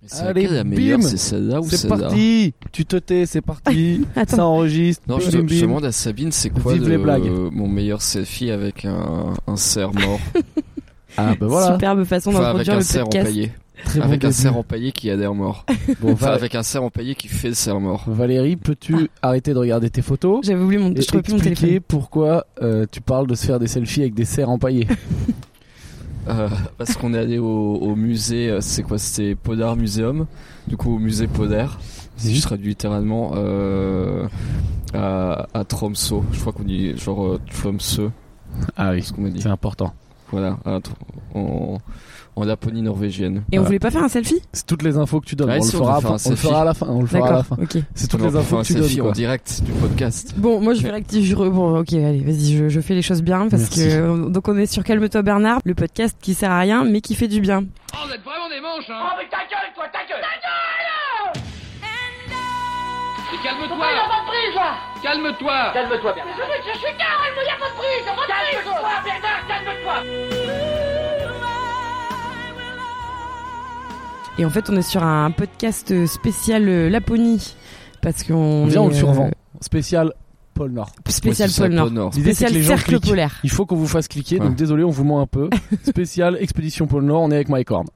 Mais c'est laquelle la meilleure, bim c'est celle-là ou C'est celle-là parti Tu te tais, c'est parti Attends. Ça enregistre Non, je, Bim, je bim. demande à Sabine, c'est quoi Vive de- les blagues. mon meilleur selfie avec un, un cerf mort Ah ben voilà Superbe façon Enfin, avec d'introduire un le cerf podcast. empaillé. Très bon avec un début. cerf empaillé qui a l'air mort. Bon, Enfin, Val- avec un cerf empaillé qui fait le cerf mort. Valérie, peux-tu arrêter de regarder tes photos J'avais oublié mon, et Ah. je trouvais plus mon téléphone. expliquer pourquoi euh, tu parles de se faire des selfies avec des cerfs empaillés Euh, parce qu'on est allé au, au musée, euh, c'est quoi C'était Podar Museum, du coup au musée Podar. C'est juste traduit littéralement euh, à, à Tromsø. Je crois qu'on dit genre euh, Tromsø, Ah c'est oui, ce qu'on m'a dit. c'est important. Voilà, à Tr- en, en Laponie norvégienne. Et on Voilà. voulait pas faire un selfie C'est toutes les infos que tu donnes. Ouais, on, si, le on doit fera faire un après- on le selfie. fera à la fin. On le fera à la D'accord, fin. ok. C'est toutes On les va faire infos un que tu donnes. selfie en quoi. direct du podcast. Bon, moi je vais rectifier. je re- Bon, ok, allez, vas-y, je, je fais les choses bien parce Merci. que. euh, Donc on est sur Calme-toi Bernard, le podcast qui sert à rien mais qui fait du bien. Oh, vous êtes vraiment des manches, hein Oh, mais ta gueule, toi, ta gueule Ta gueule Mais Ah, Faut calme-toi pas y avoir de prise, là Calme-toi Calme-toi, Bernard Je, je, je suis calme, il y a pas de prise, y a pas de prise Calme-toi, Bernard, calme-toi Et en fait, on est sur un podcast spécial euh, Laponie parce qu'on. Viens, est, on le euh, survend. Spécial Pôle Nord. Ouais, c'est Spécial ça, Pôle Nord. L'idée, c'est que Spécial les gens cercle cliquent. polaire. Il faut qu'on vous fasse cliquer, Ouais. donc désolé, on vous ment un peu. Spécial expédition pôle Nord, on est avec Mike Horn.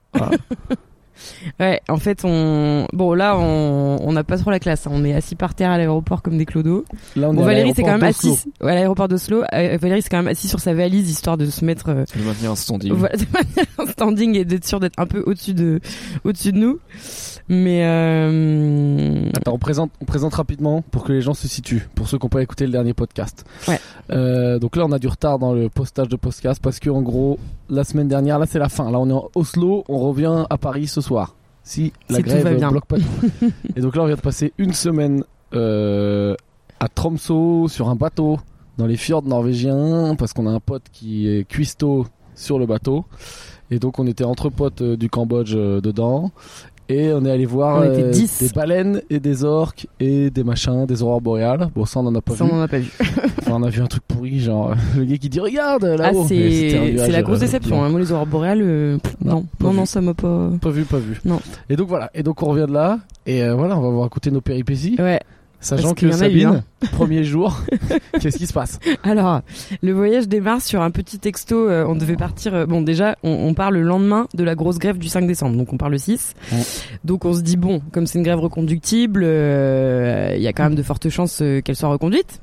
Ouais, en fait, on. Bon, là, on on n'a pas trop la classe. hein. On est assis par terre à l'aéroport comme des clodos. Là, on Bon, est à Valérie, c'est quand même l'aéroport assise. Ouais, à l'aéroport d'Oslo. euh, Valérie, c'est quand même assise sur sa valise histoire de se mettre. euh, Je vais maintenir un standing. voilà, de manière en standing et d'être sûr d'être un peu au-dessus de, au-dessus de nous. Mais euh, Attends, on présente, on présente rapidement pour que les gens se situent, pour ceux qui n'ont pas écouté le dernier podcast. Ouais. Euh, donc là, on a du retard dans le postage de podcast parce que en gros, la semaine dernière, là, c'est la fin. Là, on est en Oslo, on revient à Paris ce soir. Si la Si tout va grève bien. bloque pas. tout. Et donc là, on vient de passer une semaine euh, à Tromsø sur un bateau dans les fjords norvégiens parce qu'on a un pote qui est cuistot sur le bateau. Et donc on était entre potes euh, du Cambodge euh, dedans. Et on est allé voir euh, On était dix. des baleines et des orques et des machins, des aurores boréales. Bon, ça on en a pas ça vu. on en a pas vu. Enfin, on a vu un truc pourri, genre euh, le gars qui dit regarde Ah, là-haut. Mais c'est, c'était un nuage, c'est la grosse euh, déception. blanc. hein. Moi, les aurores boréales, euh, pff, Non, non, pas non, vu. non, ça m'a pas. Pas vu, pas vu. Non. Et donc voilà. Et donc on revient de là. Et euh, voilà, on va vous raconter nos péripéties. Ouais. Sachant Euh, qu'il que y en a eu, Sabine, hein. premier jour, qu'est-ce qui se passe Alors, le voyage démarre sur un petit texto. euh, on devait partir. euh, bon, déjà, on, on part le lendemain de la grosse grève du 5 décembre, donc on part le 6. Ouais. Donc on se dit bon, comme c'est une grève reconductible, euh, il y a quand même de fortes chances euh, qu'elle soit reconduite.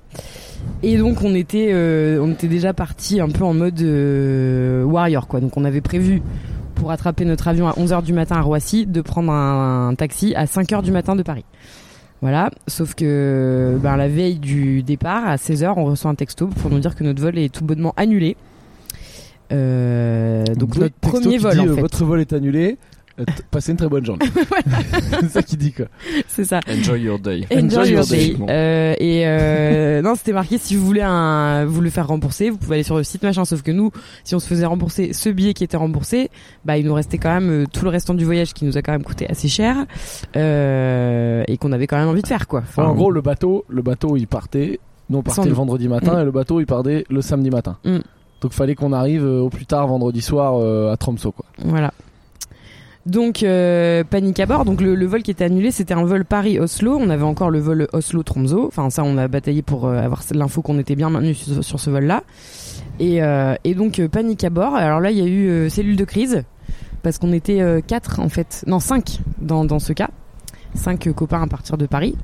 Et donc on était, euh, on était déjà parti un peu en mode euh, warrior, quoi. Donc on avait prévu pour attraper notre avion à 11h du matin à Roissy, de prendre un, un taxi à 5h du matin de Paris. Voilà, sauf que ben, la veille du départ, à 16h, on reçoit un texto pour nous dire que notre vol est tout bonnement annulé. Euh, donc Oui, notre texto premier qui vol, dit, en euh, fait. Votre vol est annulé. Euh, t- Passez une très bonne journée. c'est ça qui dit quoi. c'est ça. Enjoy your day. Enjoy your day. Bon. Euh, et euh, non, c'était marqué si vous voulez un, vous le faire rembourser, vous pouvez aller sur le site machin. Sauf que nous, si on se faisait rembourser ce billet qui était remboursé, bah il nous restait quand même euh, tout le restant du voyage qui nous a quand même coûté assez cher euh, et qu'on avait quand même envie de faire quoi. Enfin, Enfin, en gros, le bateau, le bateau, il partait. Nous, on Ah Sans partait le doute. vendredi matin Mm. et le bateau, il partait le samedi matin. Mm. Donc, fallait qu'on arrive euh, au plus tard vendredi soir euh, à Tromsø, quoi. Voilà. Donc euh, panique à bord. Donc le, le vol qui était annulé, c'était un vol Paris-Oslo. On avait encore le vol Oslo-Tromsø. Enfin ça, on a bataillé pour euh, avoir l'info qu'on était bien maintenu sur, sur ce vol-là. Et, euh, et donc euh, panique à bord. Alors là, il y a eu euh, cellule de crise parce qu'on était euh, quatre en fait, non cinq dans, dans ce cas, cinq euh, copains à partir de Paris.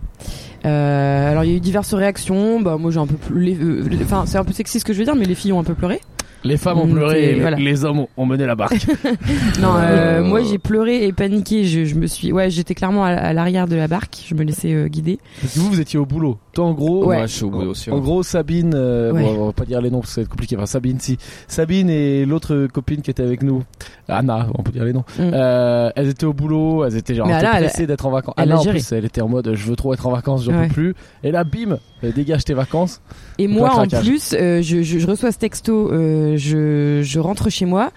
Euh, alors il y a eu diverses réactions. Bah moi j'ai un peu, pleu- les- euh, les- enfin c'est un peu sexiste ce que je veux dire, mais les filles ont un peu pleuré. Les femmes ont Mm, pleuré, et les- voilà. les hommes ont, ont mené la barque. Non, euh, Euh, moi j'ai pleuré et paniqué. Je, je me suis, ouais, j'étais clairement à, à l'arrière de la barque. Je me laissais euh, guider. Parce que vous, vous étiez au boulot. Toi, en gros, Ouais. Moi, je suis au bout aussi. hein. en gros, Sabine, euh, Ouais. bon, on va pas dire les noms parce que ça va être compliqué. Enfin, Sabine, si. Sabine et l'autre copine qui était avec nous, Anna, on peut dire les noms. Mm. euh, elles étaient au boulot, elles étaient genre Mais un peu Anna, elle- pressées d'être en vacances. elle Anna, a en géré. plus, elle était en mode, je veux trop être en vacances, j'en Ouais. peux plus. Et là, bim, euh, dégage tes vacances. Et Plein moi en craquage. plus, euh, je, je- je reçois ce texto. euh, je, je rentre chez moi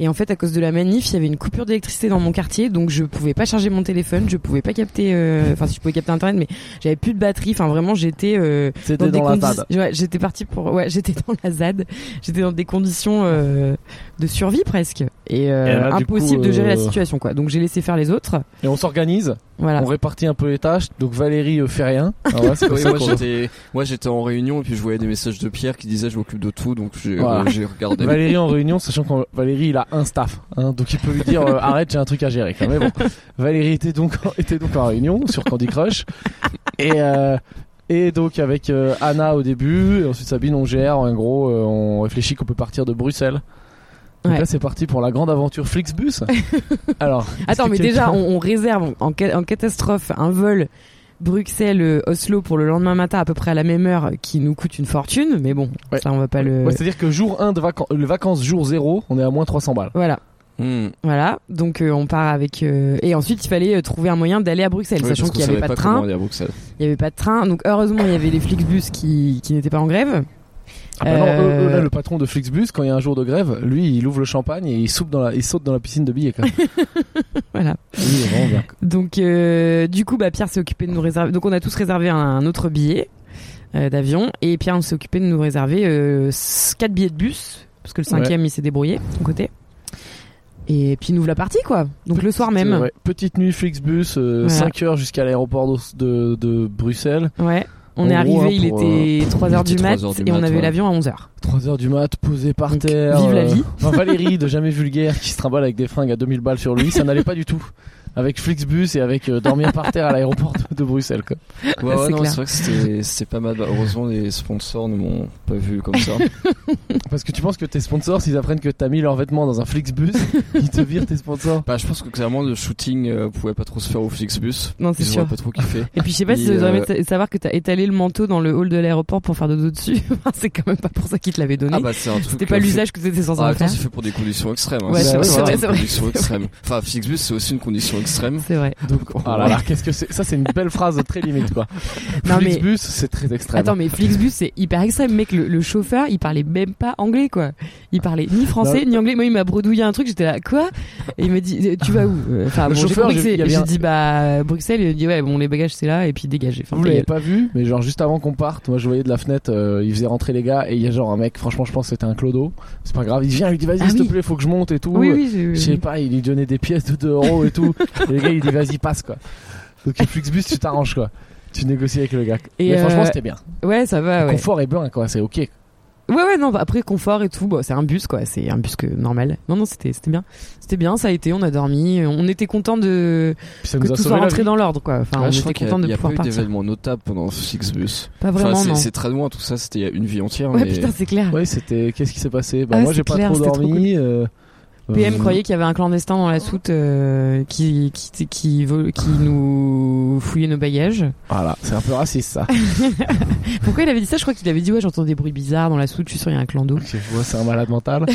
Et en fait, à cause de la manif, il y avait une coupure d'électricité dans mon quartier, donc je pouvais pas charger mon téléphone, je pouvais pas capter, euh, enfin si je pouvais capter internet, mais j'avais plus de batterie. Enfin vraiment, j'étais euh, C'était dans, des la condi- ZAD. Ouais, j'étais parti pour, ouais, j'étais dans la ZAD. J'étais dans des conditions euh, de survie presque, et, euh, Et là, du impossible coup, de gérer la euh, situation quoi. Donc j'ai laissé faire les autres. Et on s'organise, Voilà. on répartit un peu les tâches. Donc Valérie euh, fait rien. Ah ouais, c'est Oui, comme ça moi qu'on- j'étais, moi j'étais en réunion et puis je voyais des messages de Pierre qui disait je m'occupe de tout donc j'ai Voilà. euh, j'ai regardé. Valérie en réunion, sachant que Valérie il a un staff, hein, donc il peut lui dire euh, arrête, j'ai un truc à gérer. quand même. Mais bon, Valérie était donc était donc en réunion sur Candy Crush et euh, et donc avec euh, Anna au début et ensuite Sabine on gère. En gros, euh, on réfléchit qu'on peut partir de Bruxelles. Donc Ouais. là c'est parti pour la grande aventure Flixbus. Alors est-ce Attends, que mais déjà, quelqu'un- on, on réserve en, ca- en catastrophe un vol Bruxelles-Oslo pour le lendemain matin à peu près à la même heure qui nous coûte une fortune, mais bon, Ouais. ça on va pas le. Ouais, c'est-à-dire que jour 1 de vacances, le vacances jour 0, on est à moins 300 balles. voilà, Hmm. voilà. Donc euh, on part avec euh, et ensuite il fallait euh, trouver un moyen d'aller à Bruxelles, Oui, sachant parce qu'on qu'il n'y avait savait pas de comment train. aller à Bruxelles. Il y avait pas de train, donc heureusement il y avait les Flixbus qui qui n'étaient pas en grève. Ah bah non, Euh, eux- eux, là, le patron de Flixbus, quand il y a un jour de grève, lui, il ouvre le champagne et il, soupe dans la, il saute dans la piscine de billets. Quoi. Voilà. Oui, il est vraiment bien. Donc euh, du coup, bah Pierre s'est occupé de nous réserver. Donc on a tous réservé un, un autre billet euh, d'avion et Pierre on s'est occupé de nous réserver euh, s- quatre billets de bus parce que le cinquième il s'est débrouillé de son côté. Et puis nous la partie quoi. Donc le soir même. C'est vrai. Petite nuit Flixbus, euh, Voilà. 5 heures jusqu'à l'aéroport d'Os- de, de Bruxelles, Ouais. On En est gros, arrivé, hein, pour, il était 3 euh, il heures du était mat 3 heures du et on mat, avait ouais. l'avion à 11 heures. 3 heures du mat, posé par Donc, terre. vive la vie. enfin, Valérie, de jamais vulgaire, qui se trimballe avec des fringues à 2000 balles sur lui, ça n'allait pas du tout. Avec Flixbus et avec euh, dormir par terre à l'aéroport de, de Bruxelles. Quoi. Ouais, C'est ouais, non, clair. c'est vrai que c'était, c'était pas mal. Bah, Heureusement, les sponsors ne m'ont pas vu comme ça. Parce que tu penses que tes sponsors, s'ils apprennent que t'as mis leurs vêtements dans un Flixbus, ils te virent tes sponsors. bah, je pense que clairement, le shooting euh, pouvait pas trop se faire au Flixbus. Non, c'est Ils sûr. auraient pas trop kiffé. Et puis je sais pas si ça Et, doit euh, mettre- savoir que t'as étalé le manteau dans le hall de l'aéroport pour faire dodo dessus. c'est quand même pas pour ça qu'il te l'avait donné. Ah, bah, c'est un truc. C'était pas euh, l'usage que t'étais fait- censé Ah, en attends, faire. c'est fait pour des conditions extrêmes. hein. Ouais, c'est c'est, vrai, c'est c'est vrai, une c'est vrai. condition extrême. Enfin, Flixbus, c'est aussi une condition extrême. Ah C'est vrai. Donc, oh là là, qu'est-ce que c'est Ça, c'est une belle phrase très limite, quoi. Non, mais- Flixbus, c'est très extrême. Attends, mais Flixbus, c'est hyper extrême, mec. Le, le chauffeur, il parlait même pas anglais, quoi. Il parlait ni français, ni anglais. Moi, il m'a bredouillé un truc, j'étais là, quoi Et il m'a dit, tu vas où Euh, Enfin, Le bon, j'ai chauffeur, compris que j'ai- c'est- il y avait j'ai un- dit, bah, Bruxelles, il a dit, ouais, bon, les bagages, c'est là, et puis dégagez. Enfin, vous ta l'avez gueule. pas vu, mais genre juste avant qu'on parte, moi je voyais de la fenêtre, euh, il faisait rentrer les gars et il y a genre un mec, franchement je pense que c'était un clodo, c'est pas grave, il vient, il dit vas-y Ah s'il oui. te plaît, faut que je monte et tout. oui, oui, j'ai- Je sais pas, il lui donnait des pièces de 2 euros et tout. et le gars il dit vas-y passe quoi. Donc le Flixbus tu t'arranges quoi. Tu négocies avec le gars. Et mais franchement euh, c'était bien. Ouais, ça va, ouais. Confort et bien quoi, c'est ok. Ouais, ouais, non, bah, après, confort et tout, bah, c'est un bus, quoi. C'est un bus que normal. Non, non, c'était c'était bien. C'était bien, ça a été, on a dormi, on était content de. Puis ça que nous a tout sauvé soit la rentré vie. dans l'ordre, quoi. Enfin, on Ouais, je était crois qu'il y a, content il y de a pas pouvoir eu partir. d'événements notables pendant Flixbus. Pas Enfin, vraiment, c'est, non. c'est très loin, tout ça. C'était il y a une vie entière. Ouais, mais... putain, c'est clair. Oui, c'était qu'est-ce qui s'est passé Bah Ah, moi j'ai c'est pas clair, trop c'était trop dormi. euh, PM euh, croyait qu'il y avait un clandestin dans la soute euh, qui, qui, qui, vole- qui nous fouillait nos bagages. Voilà, c'est un peu raciste ça. Pourquoi il avait dit ça Je crois qu'il avait dit Ouais, j'entends des bruits bizarres dans la soute, je suis sûr, il y a un clando. Je vois, c'est un malade mental.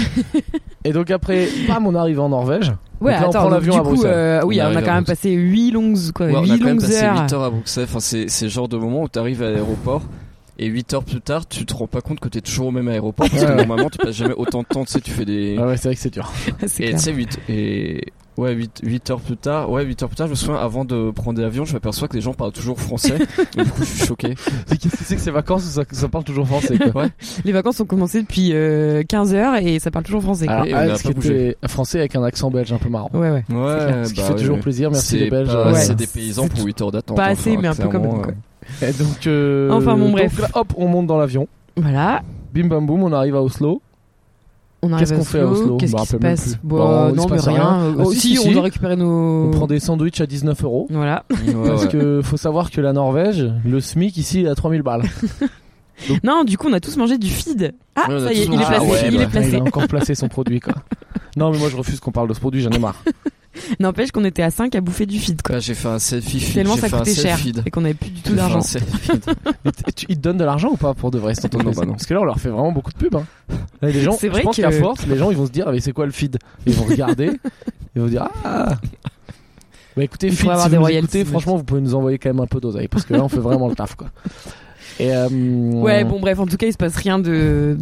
et donc après, bam, on arrive en Norvège. Ouais, là, on prend attends, donc, l'avion du à coup, Bruxelles. euh, oui, On on, a arrive quand à même Bruxelles. passé 8 longues, quoi, Ouais, on 8 a quand même longues passé heures. 8 heures à Bruxelles. Enfin, c'est c'est le genre de moment où t'arrives à l'aéroport et 8 heures plus tard, tu te rends pas compte que t'es toujours au même aéroport parce que Ouais. normalement, tu passes jamais autant de temps. Tu sais, tu fais des. Ah ouais, c'est vrai que c'est dur. C'est Et tu clair. sais, 8, et... ouais, 8, 8 heures plus tard, ouais, 8 heures plus tard, je me souviens, avant de prendre l'avion, je m'aperçois que les gens parlent toujours français. et du coup, je suis choqué. C'est qu'est-ce que c'est que ces vacances où ça, ça parle toujours français quoi. Les vacances ont commencé depuis euh, 15 heures et ça parle toujours français. quoi. Alors, Et on Alex a pas qui était français avec un accent belge un peu marrant. Ouais, ouais. Ouais, ce qui bah fait ouais, toujours ouais. plaisir, merci C'est les Belges. pas- Ouais. C'est des paysans pour 8 heures d'attente. Pas hein, assez, enfin, mais un peu quand clairement, même, quoi. euh, Et donc, euh, Enfin, bon, donc bref. là, hop, on monte dans l'avion. Voilà, Bim bam boum, on arrive à Oslo. on arrive Qu'est-ce à qu'on fait à Oslo Qu'est-ce Je me qui se rappelle même passe plus. Bon, Bon, il Non, se mais passe rien. rien. Oh, Ah, si, si, si, on si. doit récupérer nos. On prend des sandwichs à 19 euros. Voilà. hein. ouais, Parce ouais. que faut savoir que la Norvège, le SMIC ici il est à 3000 balles. Non, du coup, on a tous mangé du feed. Ah, Ouais, on a ça y est, tous il est mangé. placé. Ah ouais, il bah, est placé. Il a encore placé son produit quoi. Non mais moi je refuse qu'on parle de ce produit, j'en ai marre. N'empêche qu'on était à 5 à bouffer du feed, quoi. Bah, j'ai fait un selfie feed. Tellement j'ai ça fait un coûtait cher selfie. et qu'on n'avait plus du J'ai tout fait un d'argent. selfie. Mais t- tu- Ils te donnent de l'argent ou pas pour de vrai cette Non, entreprise bah non. Parce que là, on leur fait vraiment beaucoup de pub. Hein. Là, les gens, C'est vrai je pense que- qu'à force, les gens ils vont se dire, ah, mais c'est quoi le feed Ils vont regarder, ils vont dire, ah Bah écoutez, Il feed, pourrait avoir si des vous nous royalties, écoutez, mais- franchement, vous pouvez nous envoyer quand même un peu d'oseille parce que là, on fait vraiment le taf quoi. Et, euh, Ouais, bon, bref, en tout cas, il se passe rien de,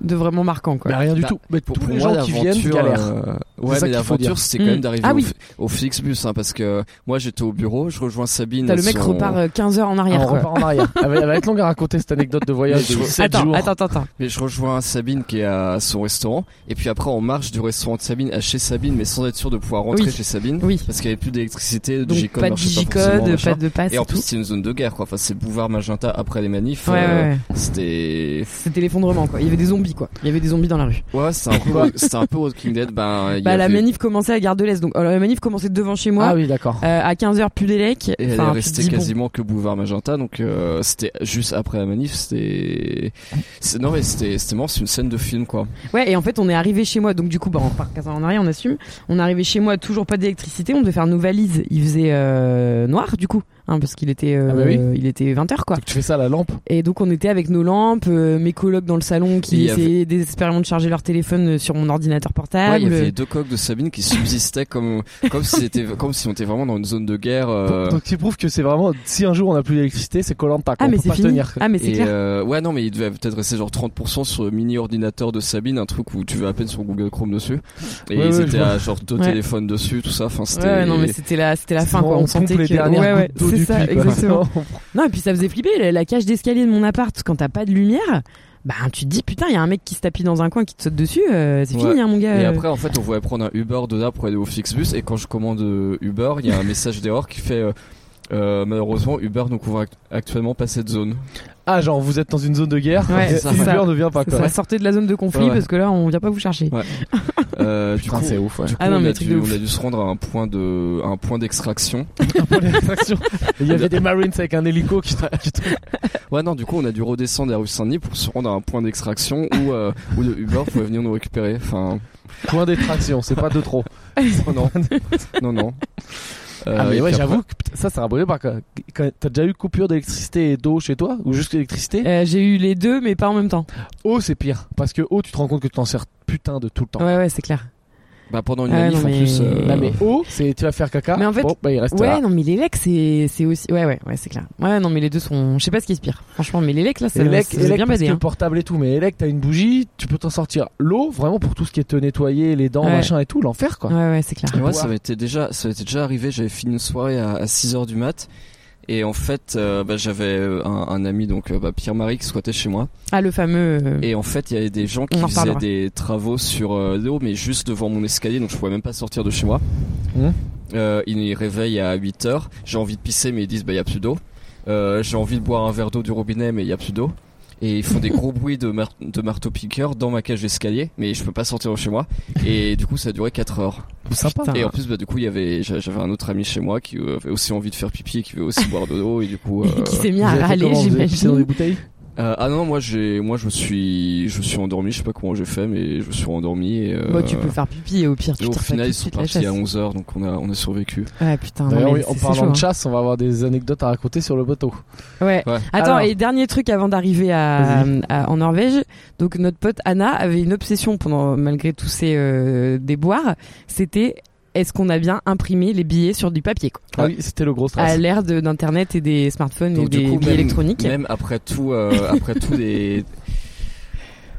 de vraiment marquant quoi. Mais rien du Bah, tout. Mais Pour, tous pour les moi, gens qui viennent l'aventure, galèrent. euh, C'est ouais, ça mais qu'il faut l'aventure, dire. c'est quand même Mm. d'arriver Ah au oui. F- au, Flixbus, hein, parce que moi j'étais au bureau, je rejoins Sabine. T'as le mec sur- repart euh, 15 heures en Ah, arrière. on quoi. repart en arrière. elle, va, elle va être longue à raconter cette anecdote de voyage Mais de je- 7 Attends, jours. attends, attends, attends. Mais je rejoins Sabine qui est à son restaurant, et puis après on marche du restaurant de Sabine à chez Sabine, mais sans être sûr de pouvoir rentrer Oui. chez Sabine, Oui. parce qu'il n'y avait plus d'électricité, le Donc digicode pas de marchait digicode, forcément, pas, machin. de passe. Et en tout. plus c'est une zone de guerre, quoi. Enfin c'est boulevard Magenta après les manifs. ouais, ouais, euh, ouais. C'était C'était l'effondrement quoi. Il y avait des zombies quoi. Il y avait des zombies dans la rue. ouais, c'était un peu, c'était un peu Walking Dead. Ben, il y Bah la avait- manif commençait à Gare de l'Est. Donc alors, la manif commençait devant chez moi. ah oui, d'accord. Euh, à 15h plus d'élec. Et elle est Enfin, tu te restée dis, bon. quasiment que boulevard Magenta, donc euh, c'était juste après la manif, c'était... c'est- Non mais c'était c'était marrant, c'est une scène de film quoi. Ouais, et en fait, on est arrivé chez moi. Donc, du coup, bah, on repart 15 ans en arrière, on assume. On est arrivé chez moi, toujours pas d'électricité. On devait faire nos valises. Il faisait euh, noir, du coup. Hein, parce qu'il était, euh, Ah bah oui. il était 20h, quoi. Donc tu fais ça à la lampe. Et donc, on était avec nos lampes, euh, mes colocs dans le salon Et il qui y avait- essayaient désespérément de charger leur téléphone euh, sur mon ordinateur portable. Ouais, il y avait les deux coques de Sabine qui subsistaient comme, comme, si c'était, comme si on était vraiment dans une zone de guerre. euh, Donc tu prouves que c'est vraiment si un jour on n'a plus d'électricité, c'est Colanta. Ah, on mais peut c'est pas fini. tenir. Ah, mais c'est et clair. euh, ouais non mais il devait peut-être rester genre 30% sur le mini ordinateur de Sabine un truc où tu veux à peine sur Google Chrome dessus et Ouais, ils ouais, je étaient vois. à genre deux Ouais. téléphones dessus tout ça enfin Ouais, c'était ouais, non, mais c'était la, c'était la C'est fin, vraiment, quoi. On, pompe sentait les que. dernières ouais, ouais, gouttes d'eau c'est du ça, puits, quoi. exactement. On Non, et puis ça faisait flipper, la, la cage d'escalier de mon appart, quand t'as pas de lumière, bah tu te dis putain, il y a un mec qui se tapit dans un coin, qui te saute dessus, euh, c'est Ouais. fini, hein, mon gars. Et euh. après, en fait, on voulait prendre un Uber de là pour aller au Flixbus. Et quand je commande euh, Uber, il y a un message d'erreur qui fait euh, euh, malheureusement Uber ne couvre act- actuellement pas cette zone. Ah, genre vous êtes dans une zone de guerre, Ouais, et c'est Uber ça. ne vient pas C'est quoi. ça, sortez de la zone de conflit Ouais. parce que là, on vient pas vous chercher. Euh, du Putain, coup, c'est ouf. Ouais. du coup, Ah non, on, mais a truc dû, de ouf. on a dû se rendre à un point de, à un point d'extraction. Pour les attractions. Il y avait des Marines avec un hélico qui, qui Ouais, non, du coup, on a dû redescendre la rue Saint-Denis pour se rendre à un point d'extraction où, euh, où le Uber pouvait venir nous récupérer. Enfin, Point d'attraction, c'est pas de trop. oh non, Ah, non, non. Euh, ah mais et ouais, puis après- j'avoue que putain, ça, c'est un bon débat. quoi. Quand- T'as déjà eu coupure d'électricité et d'eau chez toi ou juste l'électricité Euh, J'ai eu les deux, mais pas en même temps. Eh, Eau, c'est pire parce que eau, tu te rends compte que tu t'en sers putain de tout le temps. Ouais, ouais, c'est clair. Bah, pendant une Ah, manif non, en mais- plus. euh, Là, mais eau, c'est tu vas faire caca. Mais en fait- bon, bah il reste Ouais, là. non, mais les lecs, c'est c'est aussi. Ouais, ouais, ouais, c'est clair. Ouais, non, mais les deux sont. Je sais pas ce qui se pire. Franchement, mais les lecs, là, ça Élec, ça s'est élec bien hein. parce basé. que portable et tout, mais élec, t'as une bougie, tu peux t'en sortir. L'eau, vraiment pour tout ce qui est te nettoyer, les dents, Ouais. machin et tout, l'enfer quoi. Ouais, ouais, c'est clair. Et Moi, Boire. ça m'était déjà, ça m'était déjà arrivé. J'avais fini une soirée à, 6h du mat. Et en fait, euh, bah, j'avais euh, un, un ami, donc euh, bah, Pierre-Marie, qui squattait chez moi. Ah, le fameux. euh, Et en fait, il y avait des gens qui On en faisaient reparlera. des travaux sur euh, l'eau, mais juste devant mon escalier, donc je pouvais même pas sortir de chez moi. Mmh. Euh, ils me réveillent à 8h. J'ai envie de pisser, mais ils disent, bah, il y a plus d'eau. Euh, J'ai envie de boire un verre d'eau du robinet, mais il y a plus d'eau. Et ils font des gros bruits de, mar- de marteau-piqueur dans ma cage d'escalier, mais je peux pas sortir de chez moi. Et du coup, ça a duré 4 heures. Sympa. putain. Et en plus, bah, du coup, il y avait, j'a- j'avais un autre ami chez moi qui euh, avait aussi envie de faire pipi et qui veut aussi boire de l'eau et du coup. euh, qui s'est mis Vous à avez fait râler, comment Vous avez pissé dans j'imagine. des bouteilles euh, ah non, moi j'ai, moi je me suis, je me suis endormi. Je sais pas comment j'ai fait, mais je me suis endormi. Et, euh, Bon, Bah, tu peux faire pipi et au pire, et tu au te refais final, ils tout de sont suite la partis à chasse. 11 h donc on a, on a survécu. Ouais, putain. non, D'ailleurs, mais oui, en c'est- c'est parlant chaud, de chasse, on va avoir des anecdotes à raconter sur le bateau. hein. Ouais. Ouais. Attends, Alors. et dernier truc avant d'arriver à, à- en Norvège. Donc notre pote Anna avait une obsession pendant malgré tous ces euh, déboires, c'était est-ce qu'on a bien imprimé les billets sur du papier quoi. Ah oui, c'était le gros stress. À l'ère de- d'internet et des smartphones et Donc des du coup, billets même, électroniques. même après tout, euh, après tout les,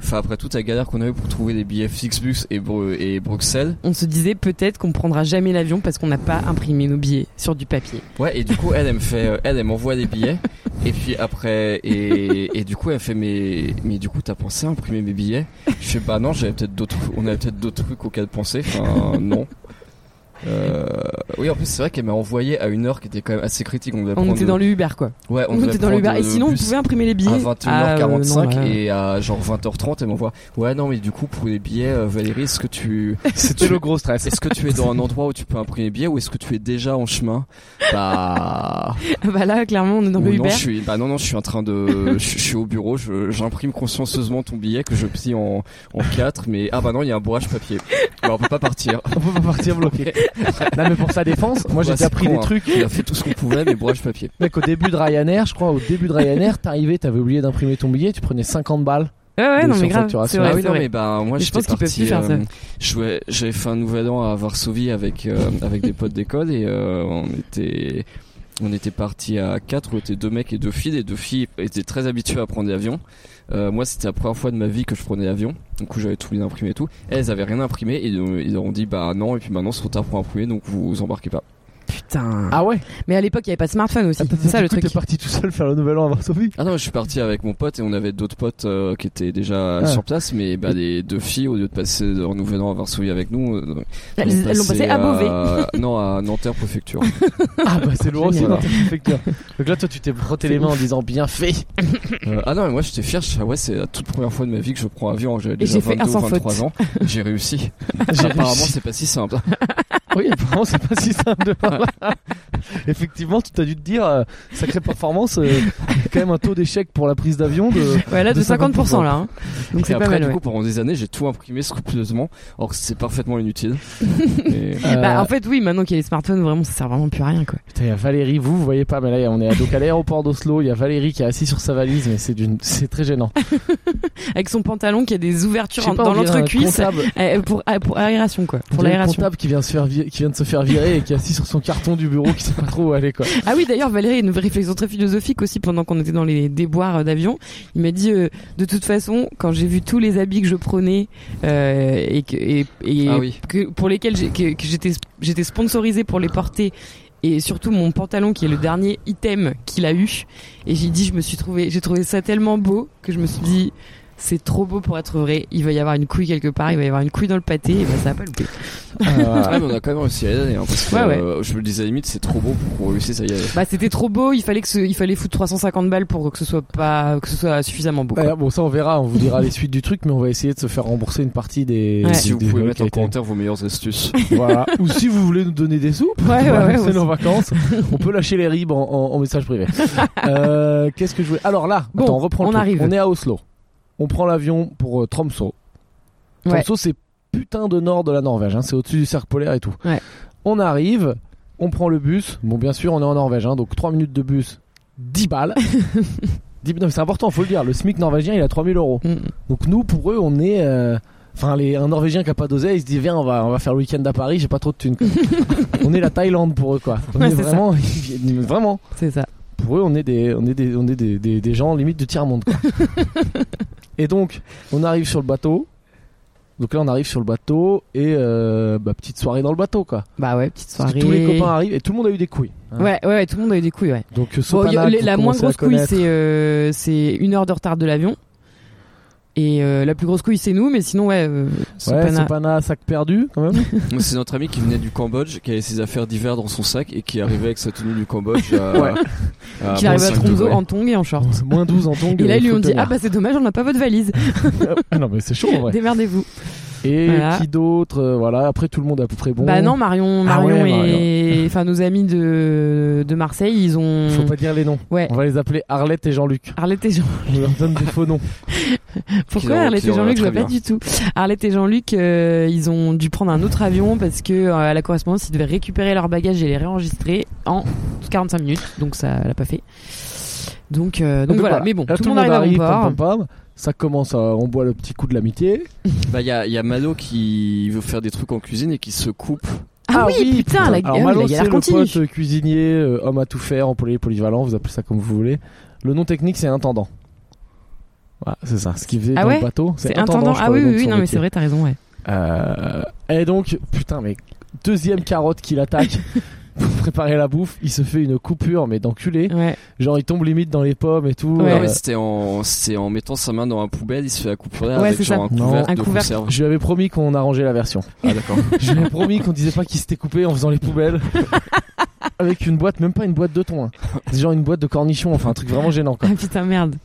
enfin après toute la galère qu'on a eu pour trouver des billets Flixbus et, Bru- et Bruxelles. On se disait peut-être qu'on prendra jamais l'avion parce qu'on n'a pas imprimé nos billets sur du papier. Ouais, et du coup, elle, elle me fait, euh, elle, elle m'envoie des billets. Et puis après, et, et du coup, elle me fait, mais, mais du coup, t'as pensé à imprimer mes billets Je fais, bah non, j'avais peut-être d'autres, on avait peut-être d'autres trucs auxquels penser. Enfin, non. Euh, oui, en plus, c'est vrai qu'elle m'a envoyé à une heure qui était quand même assez critique. On devait On prendre était dans le Uber quoi. le, ouais, On, devait était dans le Uber prendre et sinon on bus pouvait imprimer les à billets. Ah, euh, 21h45 non, ouais. et à genre 20h30 elle m'envoie ouais non mais du coup pour les billets euh, Valérie est-ce que tu C'était Tu- le gros stress. est-ce que tu es dans un endroit où tu peux imprimer les billets ou est-ce que tu es déjà en chemin bah bah là clairement on est dans Ou le non, Uber. je suis, bah non, non, je suis en train de, je, je suis au bureau, je- j'imprime consciencieusement ton billet que je plie en, en 4, mais ah bah non, il y a un bourrage papier. Bah, on peut pas partir. On peut pas partir bloqué. non, mais pour sa défense, moi j'ai Bah, déjà c'est pris con, des hein. trucs. On a fait tout ce qu'on pouvait, mais bourrage papier. Mec, au début de Ryanair, je crois, au début de Ryanair, t'arrivais, t'avais oublié d'imprimer ton billet, tu prenais 50 balles. Ouais ouais de non mais grave. surfacturation. c'est vrai, ah oui, c'est non, vrai. mais bah, moi, Mais je j'étais pense qu'ils peuvent parti, plus faire ça. euh, je jouais- j'avais fait un nouvel an à Varsovie avec, euh, avec des potes d'école et, euh, on était, On était parti à 4, on était deux mecs et deux filles. Les deux filles étaient très habituées à prendre l'avion. Euh, moi, c'était la première fois de ma vie que je prenais l'avion. Du coup, j'avais tout bien imprimé et tout. Elles avaient rien imprimé et euh, ils leur ont dit bah non, et puis maintenant c'est trop tard pour imprimer donc vous, vous embarquez pas. Putain. Ah ouais Mais à l'époque, il n'y avait pas de smartphone aussi. C'est ça le truc. T'es parti tout seul faire le nouvel an à Varsovie Ah non, je suis parti avec mon pote et on avait d'autres potes euh, qui étaient déjà Ah. sur place, mais bah, les deux filles, au lieu de passer en Nouvel An à Varsovie avec nous, euh, Elles elles l'ont passé à Beauvais. non, à Nanterre Préfecture. Ah bah c'est lourd aussi Voilà. dans tes préfectures. Donc là toi tu t'es frotté les mains en disant bien fait. Euh, ah non, mais moi j'étais fier. je- ah ouais, c'est la toute première fois de ma vie que je prends avion. J'avais déjà j'ai fait un 22 sans faute. 23 ans. J'ai réussi. J'ai Apparemment, réussi. c'est pas si simple. Oui apparemment c'est pas si simple de par là. Effectivement tu t'as dû te dire euh, sacrée performance, euh, quand même un taux d'échec pour la prise d'avion de... Ouais, là, de De 50% là. hein. Donc Et c'est après, pas mal. du ouais. coup, pendant des années, j'ai tout imprimé scrupuleusement, alors que c'est parfaitement inutile. Et- Euh, Bah, en fait, oui, maintenant qu'il y a les smartphones, vraiment, ça sert vraiment plus à rien, quoi. Putain, il y a Valérie, vous, vous voyez pas, mais là, on est à- donc à l'aéroport d'Oslo, il y a Valérie qui est assise sur sa valise, mais c'est d'une, c'est très gênant. Avec son pantalon qui a des Je ouvertures sais en- pas, dans on dirait un l'entrecuisse comptable- euh, pour, ah, pour aération, quoi. on Pour dirait un l'aération. comptable qui vient, se faire vi- qui vient de se faire virer et qui est assis sur son carton du bureau qui sait pas trop où aller, quoi. Ah oui, d'ailleurs, Valérie, une réflexion très philosophique aussi pendant qu'on était dans les déboires euh, d'avion. Il m'a dit, euh, de toute façon, quand j'ai vu tous les habits que je prenais euh, et, que, et, et Ah oui. que- pour lesquels j'ai- que- que j'étais j'étais sponsorisé pour les porter. Et surtout mon pantalon qui est le dernier item qu'il a eu. Et j'ai dit, je me suis trouvé, j'ai trouvé ça tellement beau que je me suis dit, c'est trop beau pour être vrai. Il va y avoir une couille quelque part, il va y avoir une couille dans le pâté. Et ben, ça va pas louper. Euh, Ouais, ah, mais on a quand même réussi à y aller. hein, parce que, Ouais, ouais. euh, je me disais à la limite, c'est trop beau pour réussir ça y aller. Bah c'était trop beau, il fallait que ce- il fallait foutre 350 balles pour que ce soit pas que ce soit suffisamment beau. quoi. ouais, Eh, bon, ça, on verra, on vous dira les suites du truc, mais on va essayer de se faire rembourser une partie des. Ouais. des- Si vous des pouvez vols mettre qui a en été- commentaire vos meilleures astuces. Voilà. Ou si vous voulez nous donner des sous, Ouais, ouais, ouais, bah, c'est ouais. nos vacances, on peut lâcher les ribes en, en- en message privé. Euh, Qu'est-ce que je voulais. Alors là, Bon, attends, on reprend le on truc. arrive. On est à Oslo. On prend l'avion pour euh, Tromsø. Ouais. Tromsø, c'est putain de nord de la Norvège. hein, c'est au-dessus du cercle polaire et tout. Ouais. On arrive, on prend le bus. Bon, bien sûr, on est en Norvège, hein, donc 3 minutes de bus, 10 balles. 10 Non, mais c'est important, faut le dire. Le SMIC norvégien, il a 3000 euros. Mm. Donc nous, pour eux, on est. euh, Enfin, les- un Norvégien qui a pas d'oseille, il se dit viens, on va, on va faire le week-end à Paris, j'ai pas trop de thunes. quoi. on est la Thaïlande pour eux, quoi. On Ouais, est c'est ça. vraiment, vraiment. C'est ça. Pour eux, on est des, on est des, on est des, des, des gens limite du tiers monde. Quoi. et donc, on arrive sur le bateau. Donc là, on arrive sur le bateau et euh, bah, petite soirée dans le bateau, quoi. Bah ouais, petite Parce soirée. que tous les copains arrivent et tout le monde a eu des couilles. hein. Ouais, ouais, ouais, tout le monde a eu des couilles, ouais. Donc euh, Bon, y a- Sopana, les- que la vous moins commencez à grosse couille, connaître. c'est euh, c'est une heure de retard de l'avion. Et euh, la plus grosse couille, c'est nous, mais sinon, ouais. euh, Ouais, Sopana. Sopana, sac perdu, quand même. Moi, C'est notre ami qui venait du Cambodge, qui avait ses affaires d'hiver dans son sac et qui arrivait avec sa tenue du Cambodge. À, Ouais. à Qu'il Ah, arrive à 25 Tromso degrés. en tongs et en short. Moins 12 en tongs. euh, Et là, ils lui faut ont dit bah, tenir. Ah bah c'est dommage, on n'a pas votre valise. Ah non, mais c'est chaud, en vrai. Démerdez-vous. Et Voilà. qui d'autre euh, Voilà, après tout le monde est à peu près bon. Bah non, Marion, Ah Marion ouais, et. Enfin, nos amis de, de Marseille, ils ont. Faut pas dire les noms. Ouais. On va les appeler Arlette et Jean-Luc. Arlette et Jean. On leur donne des faux noms. Pourquoi Qui leur- Arlette qui et leur va Jean-Luc Je très vois pas bien. du tout. Arlette et Jean-Luc, euh, ils ont dû prendre un autre avion parce que euh, à la correspondance, ils devaient récupérer leurs bagages et les réenregistrer en 45 minutes. Donc ça l'a pas fait. Donc, euh, donc, voilà. Mais bon, Ah, Là, tout, le monde arrive à bon port. pam, pam, pam. Ça commence, à- on boit le petit coup de l'amitié. Bah, il y a, y a Malo qui veut faire des trucs en cuisine et qui se coupe. Ah, oui, putain, la, ah Alors oui, Malo, la c'est galère le continue. pote euh, cuisinier, euh, homme à tout faire, employé polyvalent, vous appelez ça comme vous voulez. Le nom technique, c'est intendant. Voilà, c'est ça, ce qu'il faisait Ah dans ouais le bateau. C'est intendant, intendant. je Ah crois, oui, le nom oui, de oui, son non, mais métier. c'est vrai, t'as raison, ouais. Euh, et donc, putain, mais deuxième carotte qu'il attaque pour préparer la bouffe, il se fait une coupure, mais d'enculé. Ouais. Genre, il tombe limite dans les pommes et tout. Ouais. Non, Euh, mais c'était en, c'était en mettant sa main dans la poubelle, il se fait la coupure là Ouais, avec c'est genre ça. un Non. couvercle Un de couvercle. conserve. je lui avais promis qu'on arrangeait la version. Ah, d'accord. Je lui avais promis qu'on disait pas qu'il s'était coupé en faisant les poubelles. Avec une boîte, même pas une boîte de thon. hein. C'est genre une boîte de cornichons, enfin un truc vraiment gênant quoi. Ah putain, merde.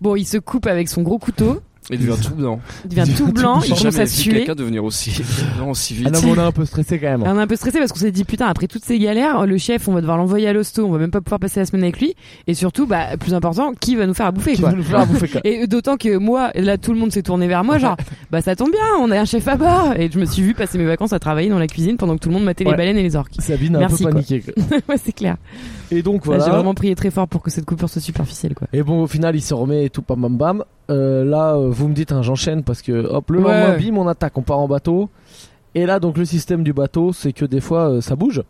Bon, il se coupe avec son gros couteau. Et devient tout blanc. Il devient Il tout devient blanc. tout Oh, Il J'ai blanc. commence jamais à vu suer. quelqu'un devenir aussi blanc aussi Ah vite. non, mais on est un peu stressé quand même. hein. On est un peu stressé parce qu'on s'est dit putain après toutes ces galères le chef on va devoir l'envoyer à l'hosto on va même pas pouvoir passer la semaine avec lui et surtout bah plus important qui va nous faire à bouffer Qui quoi veut nous faire à bouffer quoi. et d'autant que moi là tout le monde s'est tourné vers moi genre bah ça tombe bien on a un chef à bord et je me suis vu passer mes vacances à travailler dans la cuisine pendant que tout le monde matait Ouais. les baleines et les orques Sabine a Merci, un quoi. peu paniqué. quoi. ouais c'est clair Et donc Là, j'ai voilà. vraiment prié très fort pour que cette coupure soit superficielle quoi Et bon, au final, il se remet et tout, pam bam bam. Euh, là, euh, vous me dites, hein, j'enchaîne parce que hop, le Ouais. lendemain, bim, on attaque, on part en bateau. Et là, donc, le système du bateau, c'est que des fois, euh, ça bouge.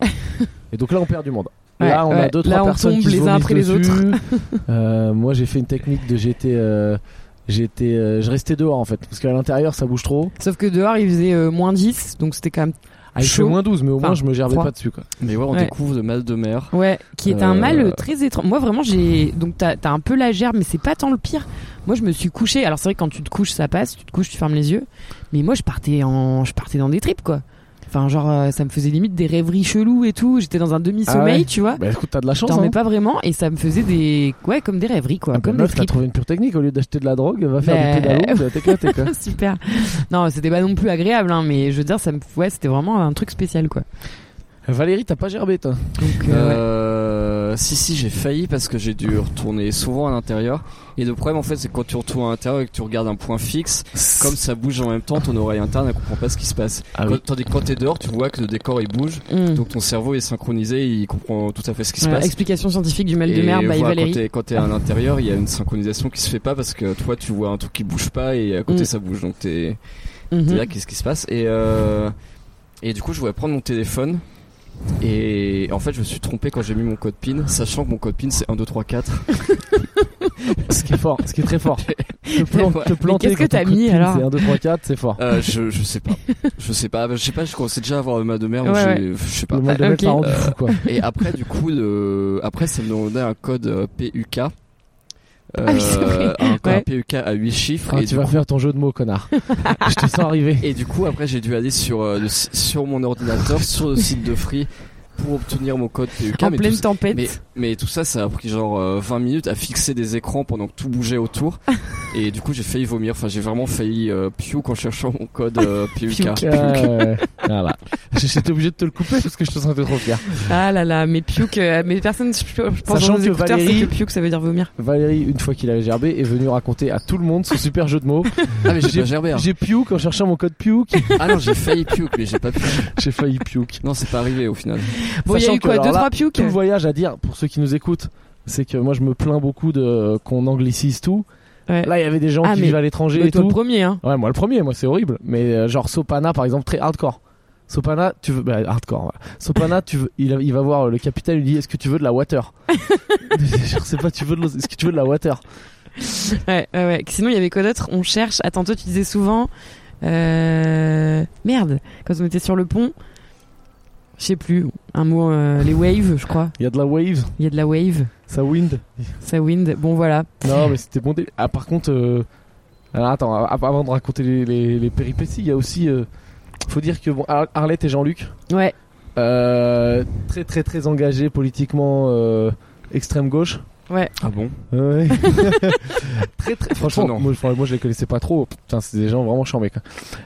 et donc là, on perd du monde. Ouais, là, on a ouais. deux, Là, trois on personnes tombe qui se les uns après les vomissent dessus. Euh, moi, j'ai fait une technique de j'étais, euh, j'étais, euh, je restais dehors en fait, parce qu'à l'intérieur, ça bouge trop. Sauf que dehors, il faisait euh, moins 10, donc c'était quand même. Ah, il fait Chaud. moins 12, mais au Enfin, moins, je me gerbais froid. pas dessus. Quoi. Mais ouais, on Ouais. découvre le mal de mer. Ouais, qui est Euh, un mal euh, très étrange. Moi, vraiment, j'ai. Donc, t'as t'as un peu la gerbe, mais c'est pas tant le pire. Moi, je me suis couché. Alors, c'est vrai que quand tu te couches, ça passe. Tu te couches, tu fermes les yeux. Mais moi, je partais, en... je partais dans des tripes, quoi. Enfin, genre, euh, ça me faisait limite des rêveries cheloues et tout. J'étais dans un demi-sommeil, Ah ouais. tu vois. Bah écoute, t'as de la Je chance. dormais hein. pas vraiment et ça me faisait des. Ouais, comme des rêveries, quoi. Ah, bah, comme meuf, des t'as tripes. trouvé une pure technique au lieu d'acheter de la drogue, va faire Mais- du pédalo, tu vas t'éclater quoi. Super. Non, c'était pas non plus agréable, hein, mais je veux dire, ça me. Ouais, c'était vraiment un truc spécial, quoi. Valérie, t'as pas gerbé toi. Donc, euh, ouais. Euh, Si, si, j'ai failli parce que j'ai dû retourner souvent à l'intérieur. Et le problème, en fait, c'est que quand tu retournes à l'intérieur et que tu regardes un point fixe, comme ça bouge en même temps, ton oreille interne, elle comprend pas ce qui se passe. Ah Quand- oui. Tandis que quand t'es dehors, tu vois que le décor il bouge, Mm. Euh, donc ton cerveau est synchronisé, il comprend tout à fait ce qui se Voilà, passe. explication scientifique du mal de Et mer by voilà, Valérie. quand t'es- Quand t'es à l'intérieur, il y a une synchronisation qui se fait pas parce que toi tu vois un truc qui bouge pas et à côté Mm. ça bouge. Donc t'es Mhm. t'es là, qu'est-ce qui se passe et, euh, et du coup, je voulais prendre mon téléphone et en fait, je me suis trompé quand j'ai mis mon code PIN, sachant que mon code PIN c'est 1, 2, 3, 4. Ce qui est fort, ce qui est très fort. Te, plan- Mais te planter. qu'est-ce que quand ton t'as coup de mis, pin, alors C'est 1, 2, 3, 4, c'est fort. Euh, je, je sais pas. Je sais pas. Je sais pas, je commençais déjà à avoir le mal de mer. Ouais, j'ai- Je sais pas. Le monde de Ah, mec ok. t'a rendu fou quoi. Et après, du coup, le- après, ça me demandait un code euh, PUK. Euh, Ah oui, c'est vrai. un, code Ouais. PUK à 8 chiffres. Ah, et, tu du vas coup, faire ton jeu de mots, connard. Je te sens arriver. et du coup, après, j'ai dû aller sur, euh, le si- sur mon ordinateur, sur le site de Free, pour obtenir mon code PUK. en Ah, mais, pleine tout, ça- tempête. mais, mais tout ça, ça a pris genre euh, 20 minutes à fixer des écrans pendant que tout bougeait autour. et du coup, j'ai failli vomir. Enfin, j'ai vraiment failli euh, piou en cherchant mon code euh, PUK. Euh, voilà. J'étais obligé de te le couper parce que je te sentais trop fier. Ah là là, mais Piuk, euh, mais personne, je, je pense Sachant dans les que écouteurs, Valérie- c'est que Piuk, ça veut dire vomir. Valérie, une fois qu'il avait gerbé, est venu raconter à tout le monde ce super jeu de mots. Ah, mais j'ai pas gerbé. hein. J'ai puke en cherchant mon code puke. Ah non, j'ai failli puke, mais j'ai pas pu. J'ai failli puke. Non, c'est pas arrivé au final. Bon, il y a Sachant eu que, quoi alors Deux, là, trois Piuk Tout le voyage à dire, pour ceux qui nous écoutent, c'est que moi je me plains beaucoup de qu'on anglicise tout. Ouais. Là, il y avait des gens Ah, qui mais- vivent à l'étranger Mais et toi le tout. premier, hein. Ouais, moi le premier, moi c'est horrible. Mais euh, genre Sopana par exemple, très hardcore. Sopana, tu veux. Bah, hardcore, voilà. Sopana, tu veux... il, il va voir euh, le capitaine, il lui dit Est-ce que tu veux de la water Je sais pas, tu veux de l'eau- Est-ce que tu veux de la water Ouais, ouais, ouais. Sinon, il y avait quoi d'autre On cherche. Attends, toi, tu disais souvent. Euh... Merde, quand on était sur le pont, je sais plus, un mot, euh, les waves, je crois. Il y a de la wave, Il y a de la wave, ça wind. ça wind. Bon, voilà. Non, mais c'était bon. dé- Ah, par contre, euh, alors, attends, a- avant de raconter les, les- les péripéties, il y a aussi. euh, Faut dire que bon, Ar- Arlette et Jean-Luc, Ouais, euh, très très très engagés politiquement euh, extrême gauche. Ah bon Ouais. très très. Franchement, Étonnant. moi, je- moi, je les connaissais pas trop. Putain, c'est des gens vraiment charmés. Quoi.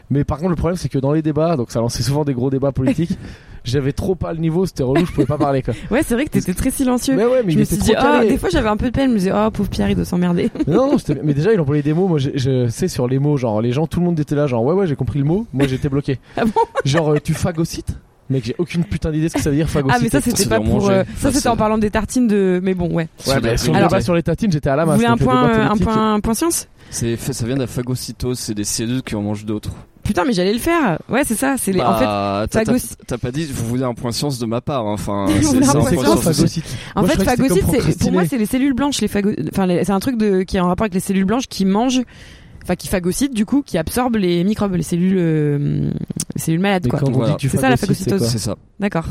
Mais par contre, le problème c'est que dans les débats, donc ça lançait souvent des gros débats politiques. J'avais trop pas le niveau, c'était relou, je pouvais pas parler. Quoi. ouais, c'est vrai que t'étais très silencieux. Mais ouais, mais il je me était suis trop dit, ah, calé. des fois j'avais un peu de peine, je me disais, oh, pauvre Pierre, il doit s'emmerder. Mais non, non, c'était bien. mais déjà, il employait des mots. Moi, je, je sais sur les mots, genre les gens, tout le monde était là, genre ouais, ouais, j'ai compris le mot. Moi, j'étais bloqué. Ah bon genre, euh, tu phagocytes Mec, j'ai aucune putain d'idée ce que ça veut dire Ah, phagocyte. mais ça, c'est- c'était c'est pas bien pour. manger. euh, Enfin, ça, c'était en c'est- parlant des tartines de. Mais bon, ouais. Ouais, bah, sur le alors- débat sur les tatines, j'étais à la Vous masse. voulez un Ah, donc le point, débat euh, un politique- point, un point science C'est fait, ça vient de la phagocytose, c'est des cellules qui en mangent d'autres. Putain, mais j'allais le faire. Ouais, c'est ça. C'est les... en fait, Bah, t'as- t'as- phagocy- T'as pas dit, vous voulez un point science de ma part, hein. enfin. Vous voulez un c'est Non, point c'est science. quoi, Moi, je phagocyte en Moi, fait, je croyais que c'était phagocyte, comme c'est pour moi, procrastiner. c'est les cellules blanches, les phago... enfin, les- c'est un truc de qui est en rapport avec les cellules blanches qui mangent, enfin, qui phagocytent du coup, qui absorbent les microbes, les cellules, euh, les cellules malades, Mais quoi. quand on dit Voilà. que tu C'est ça, la phagocytes, c'est C'est phagocytose. quoi ça. D'accord.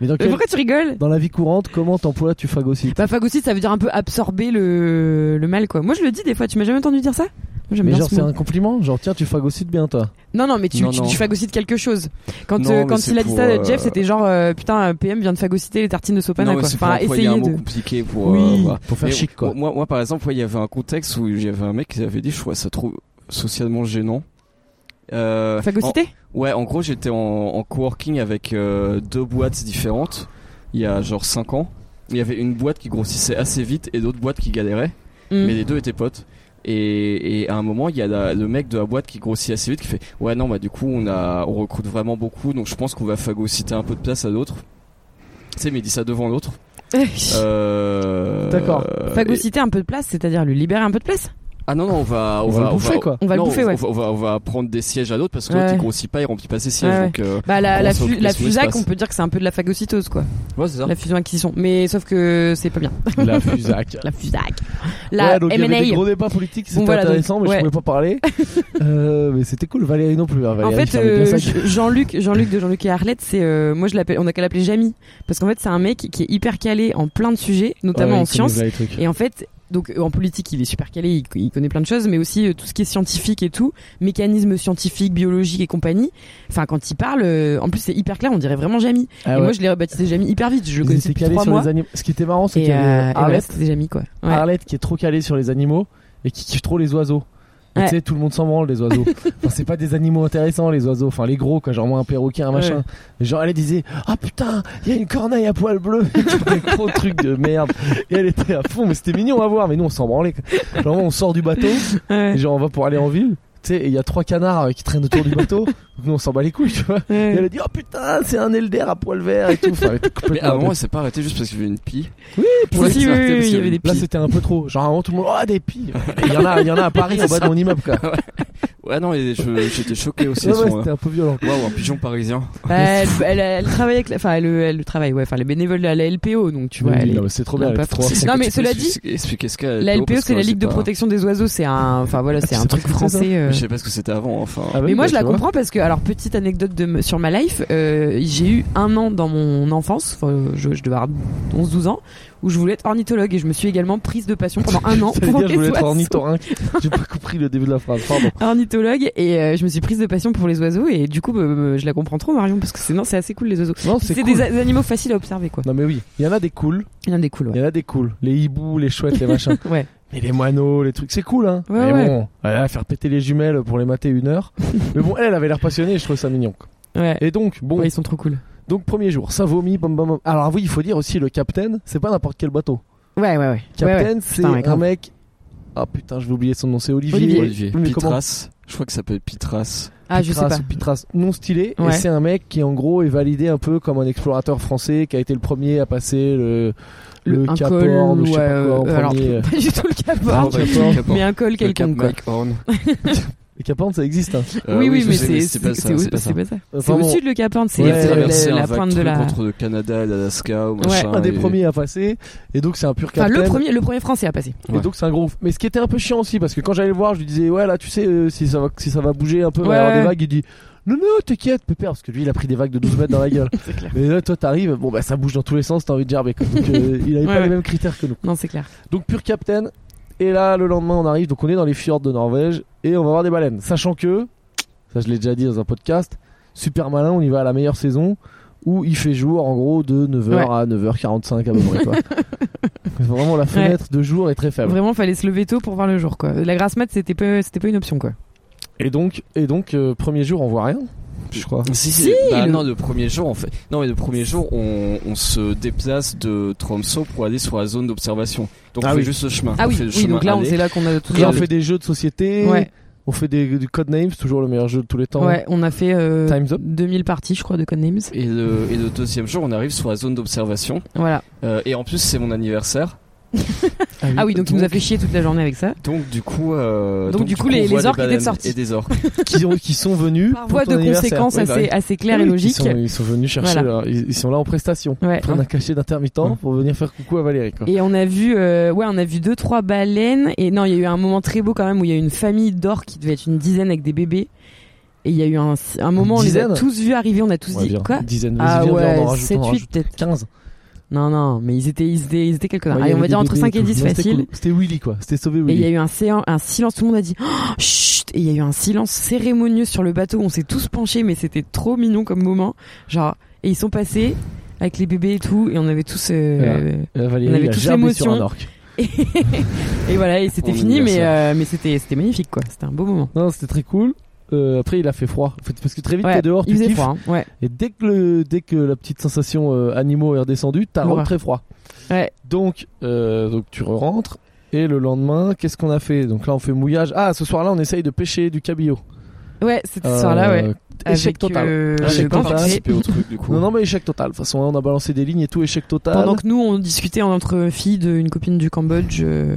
Mais donc, Mais pourquoi tu rigoles dans la vie courante, comment t'emploies tu phagocytes Bah, phagocyte, ça veut dire un peu absorber le le mal, quoi. Moi, je le dis des fois. Tu m'as jamais entendu dire ça Moi, J'aime Mais bien genre, ce c'est mot. un compliment Genre, tiens, tu phagocytes bien, toi. Non, non, mais tu, Non, tu, non. tu phagocytes quelque chose. Quand, Non, euh, mais quand c'est il a dit pour, ça, euh, Jeff, c'était genre, euh, putain, PM vient de phagocyter les tartines de Sopana, Non, mais quoi. c'est pour Enfin, employer un essayer mot de. compliqué pour. Oui. euh, voilà. Pour faire Mais chic, quoi. Moi, moi, par exemple, ouais, il y avait un contexte où il y avait un mec qui avait dit, je trouvais ça trop socialement gênant. Euh, Phagocyter en- ouais, en gros, j'étais en, en coworking avec euh, deux boîtes différentes, il y a genre 5 ans. Il y avait une boîte qui grossissait assez vite et d'autres boîtes qui galéraient. Mm. mais les deux étaient potes. Et, et à un moment, il y a la- le mec de la boîte qui grossit assez vite qui fait Ouais, non, bah du coup, on, a, on recrute vraiment beaucoup, donc je pense qu'on va phagocyter un peu de place à l'autre. Tu sais, mais il dit ça devant l'autre. Euh, D'accord. euh, euh, Phagocyter un peu de place, c'est-à-dire lui libérer un peu de place et- Ah non, non, on va. On va le bouffer, on va- quoi. On va le non, bouffer, ouais. on va, on va- on va prendre des sièges à d'autres parce que l'autre Ouais. il grossit pas, il remplit pas ses sièges. Ouais, ouais. Donc, euh, Bah, la, On la, s'occupe fu- de la son fusac, espace. on peut dire que c'est un peu de la phagocytose, quoi. ouais, c'est ça. La fusion acquisition. Mais sauf que c'est pas bien. La fusac. La fusac. La ouais, donc il y avait des M&A. gros débats politiques, c'était Bon, voilà, donc, intéressant, mais ouais. je pouvais pas parler. Euh, mais c'était cool, Valérie non plus. hein, En Valérie fait, fermait bien euh, sa gueule. Je- Jean-Luc, Jean-Luc de Jean-Luc et Arlette, c'est euh, moi je l'appelle, on a qu'à l'appeler Jamy, parce qu'en fait c'est un mec qui est hyper calé en plein de sujets, notamment Ouais, il en sciences. connaît les trucs. Et en fait, donc euh, en politique, il est super calé, il, il connaît plein de choses, mais aussi euh, tout ce qui est scientifique et tout, mécanismes scientifiques, biologiques et compagnie. Enfin, quand il parle, euh, en plus c'est hyper clair, on dirait vraiment Jamy. Ah et ouais. moi je l'ai rebaptisé Jamy hyper vite, je le Ils connaissais étaient depuis calés trois sur mois. les animaux. Ce qui était marrant, c'est Et, qu'il y avait euh, et voilà, Arlette, c'était Jamy quoi. Ouais. Arlette qui est trop calée sur les animaux et qui kiffe trop les oiseaux. Et Ouais. Tu sais, tout le monde s'en branle, les oiseaux. enfin, c'est pas des animaux intéressants, les oiseaux. Enfin, les gros, quoi. Genre, moi, un perroquet, un machin. Genre, elle elle disait Ah putain, il y a une corneille à poil bleu. Des gros trucs de merde. Et elle était à fond, mais c'était mignon à voir. Mais nous, on s'en branlait. quoi. Genre, on sort du bateau. Ouais. Et genre, on va pour aller en ville. Tu sais, et il y a trois canards euh, qui traînent autour du bateau. Nous, on s'en bat les couilles, tu vois. Ouais. Et elle a dit Oh putain, c'est un elder à poil vert et tout. Enfin, elle était Mais complètement à un moment, elle s'est pas arrêtée juste parce qu'il y avait une pie. Si, pour si, les oui, artistes, oui, parce il y que avait des Là, pieds. c'était un peu trop. Genre, à un moment, tout le monde, oh, des pies. Il y en a, il y en a à Paris, en bas de mon immeuble, quoi. Ouais, non, et je- j'étais choqué aussi. Ouais, elles ouais, sont, euh, c'était un peu violent. Waouh, un pigeon parisien. Bah, elle, elle, elle travaille avec, la- enfin elle, elle travaille, ouais, enfin les bénévoles de la LPO, donc tu vois. elle est- Non, mais c'est trop bien, elle elle est est pas trop. forcée. Non, mais cela dit, expliquer ce qu'est La LPO, parce que c'est la je Ligue sais de pas. protection des oiseaux. C'est un, enfin voilà, Ah, tu c'est sais un pas truc ce que c'est, ça français. euh. Je sais pas ce que c'était avant, enfin. Ah oui, Mais moi, bah, je la tu vois. comprends parce que, alors, petite anecdote de, me- sur ma life, euh, j'ai eu un an dans mon enfance, enfin, je, je devais avoir 11-12 ans, où je voulais être ornithologue et je me suis également prise de passion pendant un an J'allais pour dire, je les voulais être oiseaux. ornithorynque. J'ai pas compris le début de la phrase, pardon. Ornithologue et euh, je me suis prise de passion pour les oiseaux et du coup, bah, bah, je la comprends trop, Marion, parce que c'est non, c'est assez cool les oiseaux. Non, Oh, C'est c'est des, cool. a- des animaux faciles à observer, quoi. Non, mais oui. Il y en a des cools. Il y en a des cool, Il ouais. y en a des cools. Les hiboux, les chouettes, les machins. Ouais. Mais les moineaux, les trucs, c'est cool, hein. Ouais, mais ouais. bon, voilà, faire péter les jumelles pour les mater une heure. mais bon, elle, elle avait l'air passionnée et je trouvais ça mignon. quoi. Ouais. Et donc, bon, Ouais, ils sont trop cool. donc premier jour, ça vomit, bam bam bam. Alors, oui, il faut dire aussi, le capitaine, c'est pas n'importe quel bateau. Ouais, ouais, ouais. Ouais, ouais. Captain, c'est Putain, ouais, un grave. mec. Ah putain, je vais oublier son nom, c'est Olivier. Olivier. Olivier. Mais comment Pitras. Je crois que ça s'appelle Pitras. Ah, je sais Pitras pas. ou Pitras, non stylé. Et Ouais. c'est un mec qui, en gros, est validé un peu comme un explorateur français qui a été le premier à passer le, le, un Cap col, Horn ou je sais ouais, pas quoi, euh, en alors, premier. pas du tout le Ah, capor, bah, Capor. mais un col Le Cap quelconque, quoi. Mike Horn. Le Cap Horn, ça existe. hein. Euh, oui, oui, je mais sais, c'est c'est pas ça, c'est- c'est pas ça. c'est pas ça. C'est Enfin, au bon, sud le Cap Horn, c'est Ouais, Il c'est a ouais, traversé la, un la vague pointe de truc la. entre le Canada et l'Alaska ou Ouais. machin. un des et- premiers à passer. Et donc, c'est un pur Enfin, captain. le premier, le premier français à passer. Et Ouais. donc, c'est un gros. Mais ce qui était un peu chiant aussi, parce que quand j'allais le voir, je lui disais, ouais, là, tu sais, euh, si, ça va, si ça va bouger un peu, il va y avoir Ouais. des vagues. Il dit, non, non, t'inquiète, pépère, parce que lui, il a pris des vagues de 12 mètres dans la gueule. C'est clair. Et là, toi, t'arrives, bon, bah, ça bouge dans tous les sens, t'as envie de gerber. quoi. Donc, euh, il avait Ouais, pas les ouais. mêmes critères que nous. Non, c'est clair. Donc, pur captain. Et là, le lendemain, on arrive, donc on est dans les fjords de Norvège et on va voir des baleines. Sachant que, ça, je l'ai déjà dit dans un podcast, super malin, on y va à la meilleure saison où il fait jour, en gros, de 9h Ouais. à 9h45 à peu près, quoi. Vraiment, la fenêtre de jour est très faible. Vraiment, fallait se lever tôt pour voir le jour, quoi. La grasse mat, c'était pas, c'était pas une option, quoi. Et donc, et donc euh, premier jour, on voit rien, je crois. Si, si. Si, Bah, le- Non, le premier jour, en fait. Non, mais le premier jour, on, on se déplace de Tromso pour aller sur la zone d'observation. Donc, Ah on fait oui. juste le chemin. Ah on oui, fait le oui. chemin Donc là, on- aller. c'est là qu'on a tout. Et Là, on le- fait des jeux de société, Ouais, on fait des, du Codenames, toujours le meilleur jeu de tous les temps. ouais. On a fait euh, Time's up. 2000 parties, je crois, de Codenames. Et le, et le deuxième jour, on arrive sur la zone d'observation. Voilà. Euh, et en plus, c'est mon anniversaire. Euh, Ah oui, donc il nous a fait chier toute la journée avec ça. Donc, du coup. euh, Donc, du coup, on les- voit les des orques étaient baleines sortis. Et des orques. qui, ont- qui sont venus Par pour voie ton de anniversaire. conséquence Oui, bah assez, oui. assez claire et Oui, logique. Ils sont, ils sont venus chercher, Voilà. leur- ils, ils sont là en prestation. Ouais. Prendre un cachet d'intermittent pour venir faire coucou à Valérie. Quoi. Et on a vu, euh, ouais, on a vu deux trois baleines. Et non, il y a eu un moment très beau quand même où il y a eu une famille d'or qui devait être une dizaine avec des bébés. Et il y a eu un, un moment, on les a Dizaine tous vus arriver, on a tous Ouais, dit viens, quoi Dizaine, vas-y, Ah viens, viens, on en ouais, rajoute, on en 7 8 rajoute peut-être. 15. Non non, mais ils étaient ils étaient, ils étaient quelques Ouais, uns. il y Allez, on avait va des dire entre bébés 5 et tout. 10 Non, c'était facile. cool. C'était Willy quoi, c'était sauvé Et il y a Willy. eu un, séan- un silence, tout le monde a dit oh, chut, et il y a eu un silence cérémonieux sur le bateau. On s'est tous penchés, mais c'était trop mignon comme moment. Genre, et ils sont passés avec les bébés et tout, et on avait tous. euh, Euh, on Valérie avait il a tous gerbé sur un l'émotion. orque. Et voilà, et c'était Mon fini, mais anniversaire. euh, mais c'était c'était magnifique quoi. C'était un beau moment. Non, c'était très cool. Euh, après, il a fait froid. En fait, Parce que très vite, Ouais, t'es dehors, il tu faisait kiffes. froid. hein. Ouais. Et dès que, le, dès que la petite sensation euh, animaux est redescendue, t'as L'horreur. très froid. Ouais. Donc, euh, donc tu rentres. Et le lendemain, qu'est-ce qu'on a fait Donc là, on fait mouillage. Ah, ce soir-là, on essaye de pêcher du cabillaud. Ouais, c'était Euh, ce soir-là, ouais. Échec Avec, total. euh, Échec le grand total. succès. participer au truc, du coup. Ah, Non, non, mais échec total. De toute façon, hein, on a balancé des lignes et tout, échec total. Pendant que nous, on discutait entre filles d'une copine du Cambodge. euh,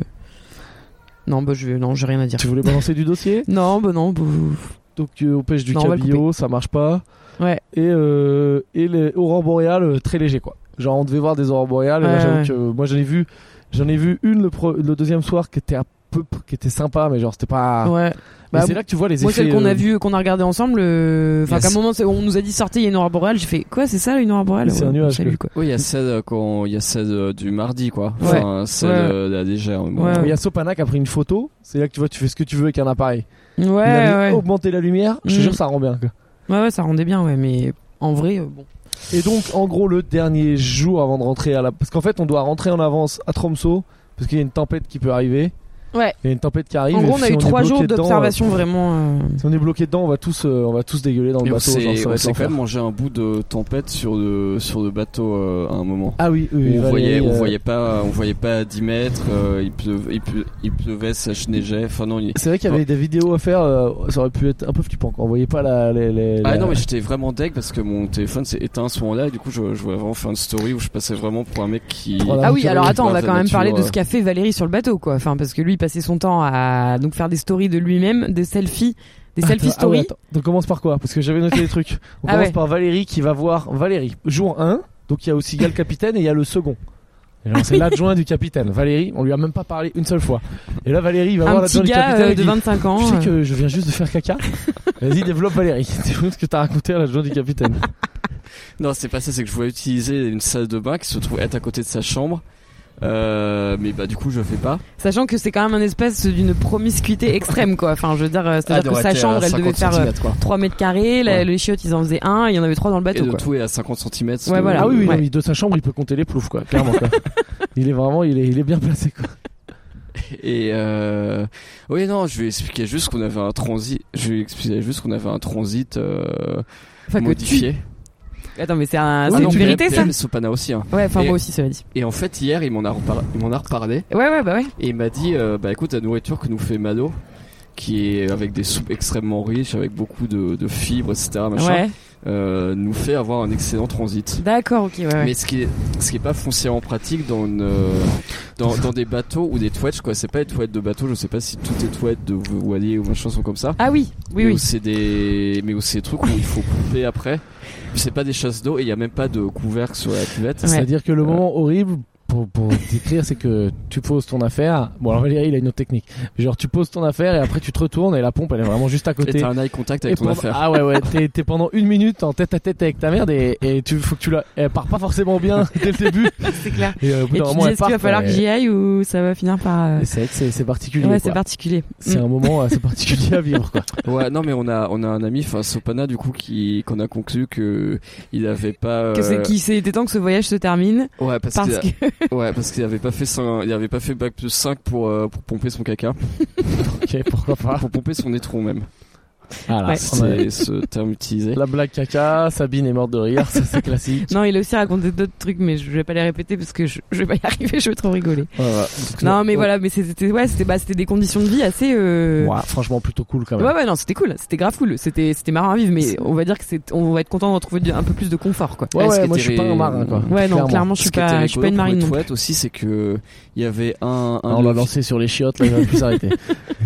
Non, bah, je vais, non, j'ai rien à dire. Tu voulais balancer du dossier Non, bah, non, bah, ouf. Donc euh, on pêche du Non, on va le cabillaud, ça marche pas. Ouais. Et, euh, et les aurores boréales, euh, très léger quoi. Genre on devait voir des aurores boréales. et là, Ouais, j'avoue ouais. que, euh, moi j'en ai vu, j'en ai vu une le, pro- le deuxième soir qui était un peu, qui était sympa, mais genre c'était pas. Mais ouais. Bah, c'est là que tu vois les Moi, effets. celle qu'on euh, a vue, qu'on a regardée ensemble, euh, enfin, Yes. qu'à un moment, c'est- on nous a dit sortez, il y a une aurore boréale. J'ai fait quoi, c'est ça, une aurore boréale C'est un Ouais, nuage, salut, le- quoi. Oui, il y a celle, euh, quand- il y a celle euh, du mardi, quoi. Ouais. Enfin, celle Ouais. euh, de la légère. mais bon. Ouais. Il y a Sopana qui a pris une photo. C'est là que tu vois, tu fais ce que tu veux avec un appareil. Ouais, Il avait ouais. augmenté la lumière. Je te Mm. jure, ça rend bien. quoi. Ouais, ouais, ça rendait bien, ouais, mais en vrai, euh, bon. Et donc, en gros, le dernier jour avant de rentrer à la. Parce qu'en fait, on doit rentrer en avance à Tromso. Parce qu'il y a une tempête qui peut arriver. Ouais. Ah, Il y a une tempête qui arrive. en et gros, on a si eu est trois bloqué jours dedans, d'observation vraiment. euh, euh, Si on est bloqué dedans, on va tous, euh, on va tous dégueuler dans Et le on bateau. genre, s'est ça va on être s'est quand l'enfer. même mangé un bout de tempête sur le, sur le bateau euh, à un moment. Ah oui, oui, on, Valérie, voyait, on, euh, voyait pas, on voyait pas à 10 mètres, euh, il, pleuv- il, pleu- il pleuvait, ça neigeait. Enfin, non, il- C'est vrai qu'il y avait des vidéos à faire. euh, ça aurait pu être un peu flippant. quoi. On voyait pas la. les- les- Ah la- non mais j'étais vraiment deg parce que mon téléphone s'est éteint à ce moment-là et du coup je, je voulais vraiment faire une story où je passais vraiment pour un mec qui... Voilà. Ah donc, oui, euh, alors oui, attends, on bah, va ça quand va, même tu parler de vois. ce qu'a fait Valérie sur le bateau, quoi. Enfin, parce que lui, il passait son temps à donc faire des stories de lui-même, des selfies, des Attends, selfie ah ouais, stories. attends. Donc, on commence par quoi Parce que j'avais noté les trucs. On Ah commence ouais. par Valérie qui va voir Valérie. Jour 1, donc il y a aussi il y a le capitaine et il y a le second. Et Ah genre, C'est l'adjoint du capitaine. Valérie, on lui a même pas parlé une seule fois. Et là, Valérie, il va un voir petit l'adjoint du gars capitaine. euh, et de dit, 25 ans. tu sais euh, que je viens juste de faire caca. Vas-y, développe Valérie. C'est tout ce que t'as raconté à l'adjoint du capitaine. Non c'est pas ça, c'est que je voulais utiliser une salle de bain qui se trouve être à côté de sa chambre. Euh, mais bah du coup je fais pas. Sachant que c'est quand même un espèce d'une promiscuité extrême, quoi. Enfin, je veux dire, euh, c'est-à-dire que sa chambre, elle devait faire euh, 3 mètres carrés, la- Ouais. les chiottes, ils en faisaient un, il y en avait trois dans Et le bateau, le quoi. tout est à 50 cm. Ouais, voilà. Ah oui, oui, Ouais. non, mais de sa chambre, il peut compter les ploufs, quoi. Clairement, quoi. Il est vraiment, il est, il est bien placé, quoi. Et euh... oui non je lui expliquais juste qu'on avait un transit. Je lui expliquais juste qu'on avait un transit euh, Enfin, que tu. modifié. Attends, mais c'est un... Ah c'est non, une mais- vérité, ça mais Sopana aussi. hein. Ouais, enfin, Et- moi aussi, cela dit. Et en fait hier il m'en a, repar- il m'en a reparlé. Ouais, ouais, bah ouais. Et il m'a dit, euh, bah écoute, la nourriture que nous fait Mado, qui est avec des soupes extrêmement riches, avec beaucoup de, de fibres, etc., machin, Ouais. euh, nous fait avoir un excellent transit. D'accord, ok, ouais, ouais. Mais ce qui est, ce qui est pas foncièrement pratique dans une, euh, dans, dans des bateaux ou des touettes, quoi, c'est pas les touettes de bateau, je sais pas si toutes les touettes de voilier ou machin sont comme ça. Ah oui, oui, mais où oui. c'est des, mais où c'est des trucs où il faut couper après. C'est pas des chasses d'eau et il y a même pas de couvercle sur la cuvette. Ouais. C'est-à-dire que le moment horrible pour, pour décrire, c'est que tu poses ton affaire. Bon, alors Valérie, il a une autre technique. Genre, tu poses ton affaire et après tu te retournes et la pompe, elle est vraiment juste à Et côté. t'as un eye contact avec Et ton pendant- affaire. Ah ouais, ouais, t'es, t'es pendant une minute en tête à tête avec ta merde et, et tu, faut que tu la. Elle part pas forcément bien dès le début. C'est clair. Et, euh, au bout Et d'un tu moment, dis, elle est-ce qu'il va part, falloir quoi, que et- j'y aille ou ça va finir par. euh, et C'est vrai que c'est, c'est particulier. Ouais, quoi. c'est c'est, particulier. Mm. un moment assez particulier à vivre, quoi. Ouais, non mais on a on a un ami, enfin Sopana du coup qui qu'on a conclu que il avait pas. euh, Que c'est- qu'il s'était temps que ce voyage se termine Ouais parce, parce qu'il a- que ouais parce qu'il avait pas fait cin- il avait pas fait bac plus 5 pour euh, pour pomper son caca, Ok, pourquoi pas. pour pomper son étron même. Voilà, Ah. Ouais. on a- C'est ce terme utilisé. La blague caca, Sabine est morte de rire, ça c'est classique. non, il a aussi raconté d'autres trucs, mais je vais pas les répéter parce que je, je vais pas y arriver, je vais trop rigoler. Voilà. Non, mais voilà, mais c'était ouais, c'était bah, c'était des conditions de vie assez. Euh... Ouah, franchement, plutôt cool quand même. Ouais ouais non c'était cool c'était grave cool c'était c'était marrant à vivre mais on va dire que c'est on va être content d'en trouver du- un peu plus de confort quoi Ouais, Est-ce ouais, que moi je suis pas t'es- un marin quoi. ouais non clairement je suis pas je suis pas une marine non plus. Fouette aussi c'est que il y avait un, un Ah, on l'a levier- lancé sur les chiottes, là, il va plus s'arrêter.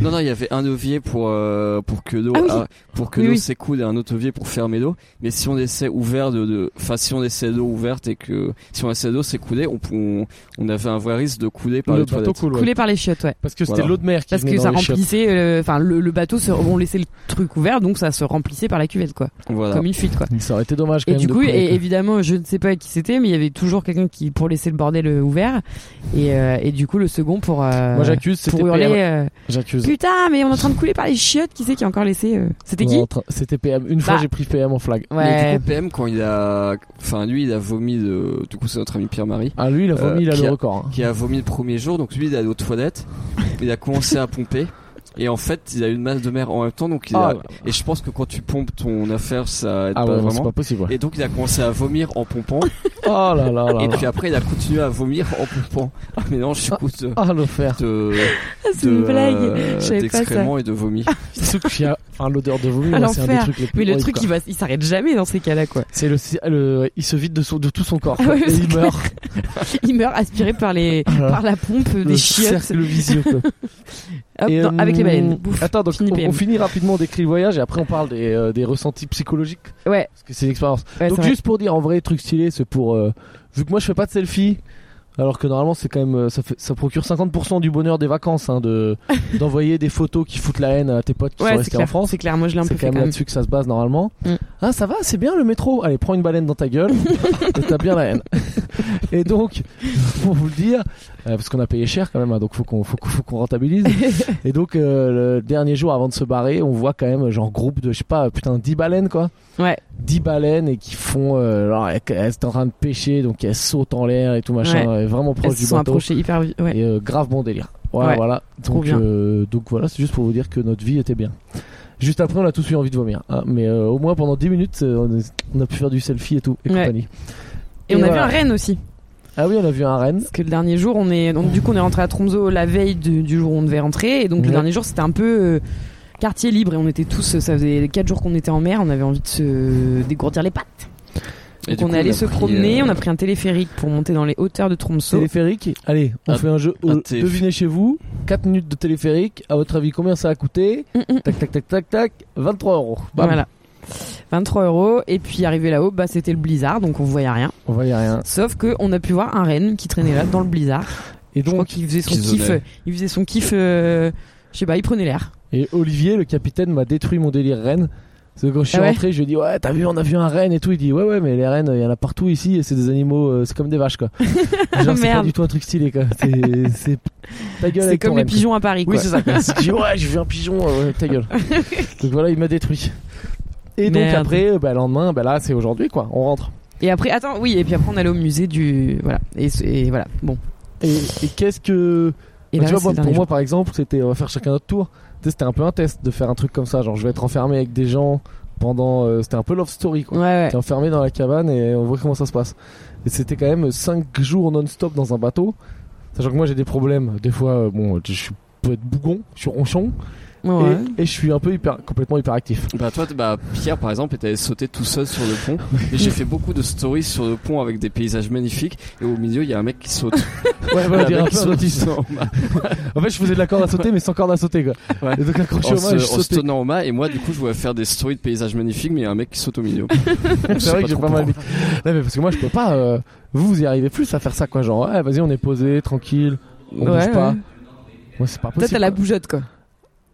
non non il y avait un levier pour euh, pour que l'eau Ah oui. ah, pour que Oui, l'eau oui. s'écoule et un autre levier pour fermer l'eau. Mais si on laissait ouvert de de- enfin si on laissait l'eau ouverte et que si on laissait l'eau s'écouler, on, on on avait un vrai risque de couler par le les bateau toilettes. cool, ouais. coulé par les chiottes ouais Parce que c'était Voilà. l'eau de mer qui parce venait que dans ça les chiottes. remplissait euh, enfin le, le bateau se, on laissait le truc ouvert donc ça se remplissait par la cuvette quoi Voilà. comme une fuite quoi Ça aurait été dommage quand Et même. du de coup, couler, et- quoi. évidemment, je ne sais pas qui c'était, mais il y avait toujours quelqu'un qui pour laisser le bordel euh, ouvert, et, euh, et du coup le second pour euh, Moi j'accuse, c'était pour hurler PM. euh, J'accuse. putain, mais on est en train de couler par les chiottes, qui c'est qui a encore laissé euh C'était qui On est en train- C'était PM. Une fois Bah. j'ai pris PM en flag. Mais Ouais, du coup, PM, quand il a. Enfin, lui, il a vomi de. Du coup, c'est notre ami Pierre-Marie. Ah lui il a vomi, Euh, il a qui le a- record. hein. Qui a vomi le premier jour. Donc, lui, il est allé aux toilettes. il a commencé à pomper. Et en fait, il a eu une masse de mer en même temps. Donc, il Ah, a... Et je pense que quand tu pompes ton affaire, ça aide Ah pas ouais, non, c'est vraiment. pas possible. ouais. Et donc, il a commencé à vomir en pompant. Oh là Ah là là. et là. puis après, il a continué à vomir en pompant. Ah, mais non, je suis coup de. Ah l'enfer. de, Ah, c'est de, une blague. euh, Je savais pas ça. D'excréments et de vomi. Surtout que j'ai- Enfin l'odeur de vomi, Ah, moi, c'est un des l'enfer. trucs les plus. Mais le horribles, truc, quoi. il va, il s'arrête jamais dans ces cas-là, quoi. C'est le, c'est le- il se vide de, son, de tout son corps Ah quoi. ouais, et c'est il clair. meurt. Il meurt aspiré par les, Ah là là. par la pompe le des chiottes. cercle vicieux. quoi. Hop, Et, dans- avec les euh, baleines. Bouffe. Attends, donc Fini on, PM. on finit rapidement d'écrire le voyage et après on parle des, euh, des ressentis psychologiques Ouais, parce que c'est une expérience. ouais, c'est donc vrai. juste pour dire en vrai, truc stylé, c'est pour euh, vu que moi je fais pas de selfie. Alors que normalement c'est quand même euh, ça, fait, ça procure 50% du bonheur des vacances hein, de d'envoyer des photos qui foutent la haine à tes potes qui sont Ouais, c'est restés en clair. France. C'est clair, moi je l'ai un C'est peu quand fait même quand même. là-dessus que ça se base normalement. Mm. Ah, ça va, c'est bien le métro. Allez, prends une baleine dans ta gueule et t'as bien la haine. et donc, pour vous le dire, euh, parce qu'on a payé cher quand même, hein, donc faut qu'on faut, qu'on- faut qu'on rentabilise. et donc, euh, le dernier jour avant de se barrer, on voit quand même genre groupe de, je sais pas, putain, 10 baleines quoi. Ouais. 10 baleines et qui font. euh, alors, elles, elles sont en train de pêcher, donc elles sautent en l'air et tout machin, et vraiment Elles proche se du sont bateau. approchées hyper vite. Ouais. Et euh, grave bon délire. Voilà, Ouais, voilà. trop Donc, bien. euh, donc voilà, c'est juste pour vous dire que notre vie était bien. Juste après, on a tous eu envie de vomir. hein, mais euh, au moins pendant 10 minutes, euh, on, est- on a pu faire du selfie et tout. Et Ouais. compagnie. Et, on a voilà. vu un renne aussi. Ah oui, on a vu un Rennes. Parce que le dernier jour, on est donc du coup on est rentré à Tromso la veille du, du jour où on devait rentrer, et donc Ouais. le dernier jour c'était un peu euh, quartier libre et on était tous, euh, ça faisait quatre jours qu'on était en mer, on avait envie de se dégourdir les pattes. Et Donc du on coup, est allé a se pris, promener, euh, on a pris un téléphérique pour monter dans les hauteurs de Tromso. Téléphérique. Allez, on Un- fait un jeu. un euh, TF. devinez chez vous. 4 minutes de téléphérique. À votre avis, combien ça a coûté Mm, mm. Tac, tac, tac, tac, tac. 23 euros. Bam. Voilà. 23 euros et puis arrivé là-haut, bah c'était le blizzard donc on voyait rien. On voyait rien. Sauf que on a pu voir un renne qui traînait là dans le blizzard. Et Je crois donc, qu'il faisait son qu'ils kiff, osaient. il faisait son kiff, euh, je sais pas, il prenait l'air. Et Olivier, le capitaine, m'a détruit mon délire Rennes. Parce que quand je suis Ah ouais rentré, je lui ai dit Ouais, t'as vu, on a vu un renne et tout. Il dit Ouais, ouais, mais les rennes, il y en a partout ici et c'est des animaux, euh, c'est comme des vaches quoi. Genre, c'est pas Merde. du tout un truc stylé quoi. C'est. c'est- Ta gueule C'est avec comme ton les renne, quoi. pigeons à Paris. Oui, quoi. c'est ça. quoi. Il dit Ouais, j'ai vu un pigeon, euh, ouais, ta gueule. donc voilà, il m'a détruit. Et donc Merde. après, euh, bah, le lendemain, bah, là, c'est aujourd'hui quoi, on rentre. Et après, attends, oui, et puis après on allait au musée du. Voilà. Et, c'est- et voilà, bon. Et, et qu'est-ce que. Et Bah, tu là, vois, moi, c'est pour le moi, par exemple, c'était on va faire chacun notre tour. Tu sais, C'était un peu un test de faire un truc comme ça. Genre, je vais être enfermé avec des gens pendant. euh, c'était un peu love story, quoi. dernier jour. Ouais, ouais. T'es enfermé dans la cabane et on voit comment ça se passe. Et c'était quand même 5 jours non-stop dans un bateau. Sachant que moi, j'ai des problèmes. Des fois, euh, bon, je suis peux être bougon, je suis ronchon Ouais, et- ouais. et, je suis un peu hyper, complètement hyperactif. Bah toi, t- bah Pierre par exemple, était sauté tout seul sur le pont. Et j'ai fait beaucoup de stories sur le pont avec des paysages magnifiques. Et au milieu, il y a un mec qui saute. Il y Ouais, a voilà, un dire un mec qui peu un saute autiste. en bas, En fait, je faisais de la corde à sauter, mais sans corde à sauter, quoi. Ouais. Et donc, accroché en, au se, main, en je se sautais. tenant en main. Et moi, du coup, je voulais faire des stories de paysages magnifiques, mais il y a un mec qui saute au milieu. C'est vrai que j'ai pas mal. dit. Non, mais parce que moi, je peux pas. euh, Vous, vous y arrivez plus à faire ça, quoi. Genre, ouais, vas-y, on est posé, tranquille, on Ouais, bouge pas. ouais. Moi, c'est pas Toi, possible. t'as la quoi. bougeotte, quoi.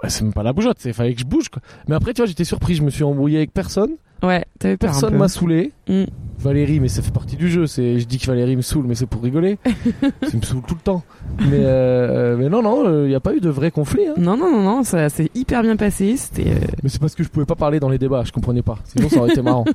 Ouais, c'est même pas la bougeotte, c'est fallait que je bouge, quoi. Mais après, tu vois, j'étais surpris, je me suis embrouillé avec personne. Ouais, t'avais peur. Personne un m'a peu. saoulé. Mm. Valérie, mais ça fait partie du jeu. C'est, je dis que Valérie me saoule, mais c'est pour rigoler. Parce qu'il me saoule tout le temps. Mais, euh, mais non, non, il n'y a pas eu de vrai conflit. hein. Non, non, non, non, ça s'est hyper bien passé. C'était. euh, Mais c'est parce que je pouvais pas parler dans les débats. Je comprenais pas. Sinon, ça aurait été marrant.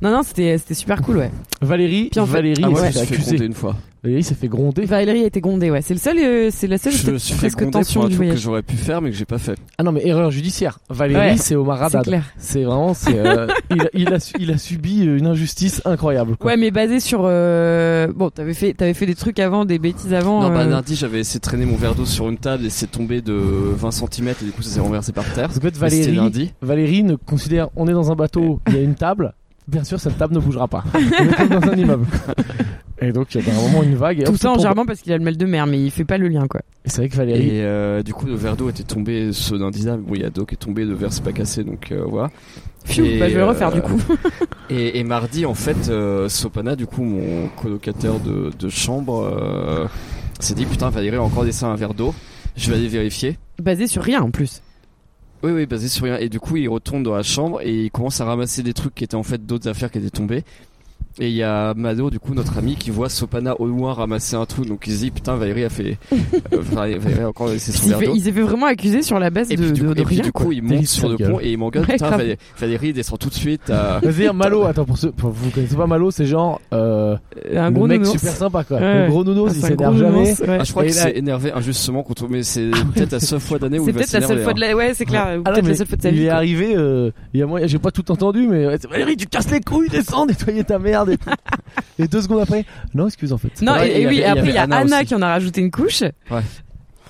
Non, non, c'était c'était super cool, ouais. Valérie, Puis en fait- Valérie, Ah, moi, je me elle s'est suis fait accusée. gronder une fois. Valérie s'est fait gronder. Valérie a été gondée, ouais. C'est le seul, euh, c'est la seule Je me peut-être suis fait presque gronder pour tension un du truc que voyage. j'aurais pu faire, mais que j'ai pas fait. Ah non, mais erreur judiciaire. Valérie, Ouais. c'est Omar C'est Haddad. clair. C'est vraiment, c'est, euh, il, a- il a, su- il a subi euh, une injustice incroyable. quoi. Ouais, mais basé sur. euh, Bon, t'avais fait, t'avais fait des trucs avant, des bêtises avant. Non, bah, euh, lundi, j'avais essayé de traîner mon verre d'eau sur une table et c'est tombé de 20 cm et du coup, ça s'est renversé par terre. Parce que en fait, Mais C'était Valérie, lundi. Valérie ne considère, on est dans un bateau, il y a une table. Bien sûr, cette table ne bougera pas. On est comme dans un immeuble. Et donc, il y a un moment une vague. Et Tout hop, tout ça en tombe. germain parce qu'il a le mal de mer, mais il fait pas le lien, quoi. Et C'est vrai que Valérie. Et euh, du coup, le verre d'eau était tombé ce lundi-là. mais Bon, il y a d'eau qui est tombée, le verre s'est pas cassé, donc euh, voilà. Pfiou, Et, bah, je vais le refaire euh, du coup. Et, et mardi, en fait, euh, Sopana, du coup, mon colocataire de, de chambre, euh, s'est dit Putain, Valérie a encore laissé un verre d'eau, je vais aller vérifier. Basé sur rien en plus. Oui, oui, basé sur rien. Et du coup, il retourne dans la chambre et il commence à ramasser des trucs qui étaient en fait d'autres affaires qui étaient tombées. Et il y a Mado, du coup, notre ami, qui voit Sopana au loin ramasser un trou, donc il se dit Putain, Valérie a fait. euh, Valérie Valérie a encore laissé son Il, verre fait, d'eau. il s'est fait vraiment accuser sur la base Et de, puis, du de- coup, de et puis, rien, du quoi. coup, il T'es monte sur sale le gueule. pont et il m'engueule. Ouais, Putain, grave. Valé- Valérie descend tout de suite. à- Vas-y, hein, Malo, attends, pour ceux, pour vous connaissez pas Malo, c'est genre, euh, Euh, Un le gros mec nounours. super sympa, quoi. Ouais. Le gros nounours, Ah, il c'est un gros s'énerve jamais. nounours, ouais. Ah, Ah, je crois Et qu'il là- s'est énervé injustement contre mais c'est peut-être la seule fois d'année où C'est il va peut-être la seule s'énerver, fois hein. de la. Ouais, c'est clair. ou Ah non, peut-être mais la seule fois de sa il vie. est quoi. arrivé, euh, il y a moyen- j'ai pas tout entendu, mais ouais, c'est Valérie, tu casses les couilles, descends, nettoyer ta merde. Et, tout. Et deux secondes après, non, excuse en fait. Non, Ouais, et, il y et oui, avait- et après il y a Anna, aussi. qui en a rajouté une couche. Ouais.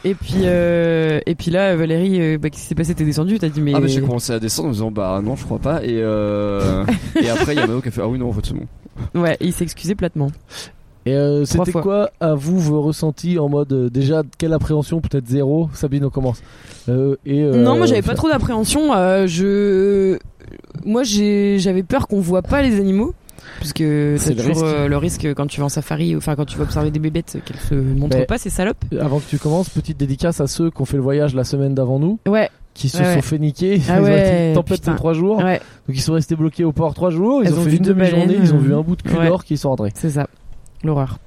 Et puis, euh, et puis là, Valérie, euh, bah, qu'est-ce qui s'est passé T'es descendue, t'as dit mais. Ah bah j'ai commencé à descendre en me disant bah non je crois pas et euh... et après il y a Mano qui a fait ah oui non en fait c'est bon ouais, et il s'est excusé platement. Et euh, Trois c'était fois. quoi à vous vos ressentis en mode euh, déjà quelle appréhension peut-être zéro Sabine on commence. Euh, et, euh, Non, moi j'avais pas Fla- trop d'appréhension. euh, je, moi j'ai- j'avais peur qu'on voit pas les animaux, parce que C'est c'est le toujours risque. euh, le risque quand tu vas en safari, enfin quand tu vas observer des bébêtes qu'elles se montrent Mais- pas, ces salopes. Avant que tu commences, petite dédicace à ceux qui ont fait le voyage la semaine d'avant nous, Ouais, qui se Ouais, sont ouais. fait niquer. Ah ils ont été ouais, une tempête putain. de trois jours. ouais, Donc ils sont restés bloqués au port trois jours. Ils Elles ont, ont fait vu une deux demi-journée. baleines, Ils ont vu euh, un bout de cul ouais. d'or qui sont rentrés. c'est ça, l'horreur.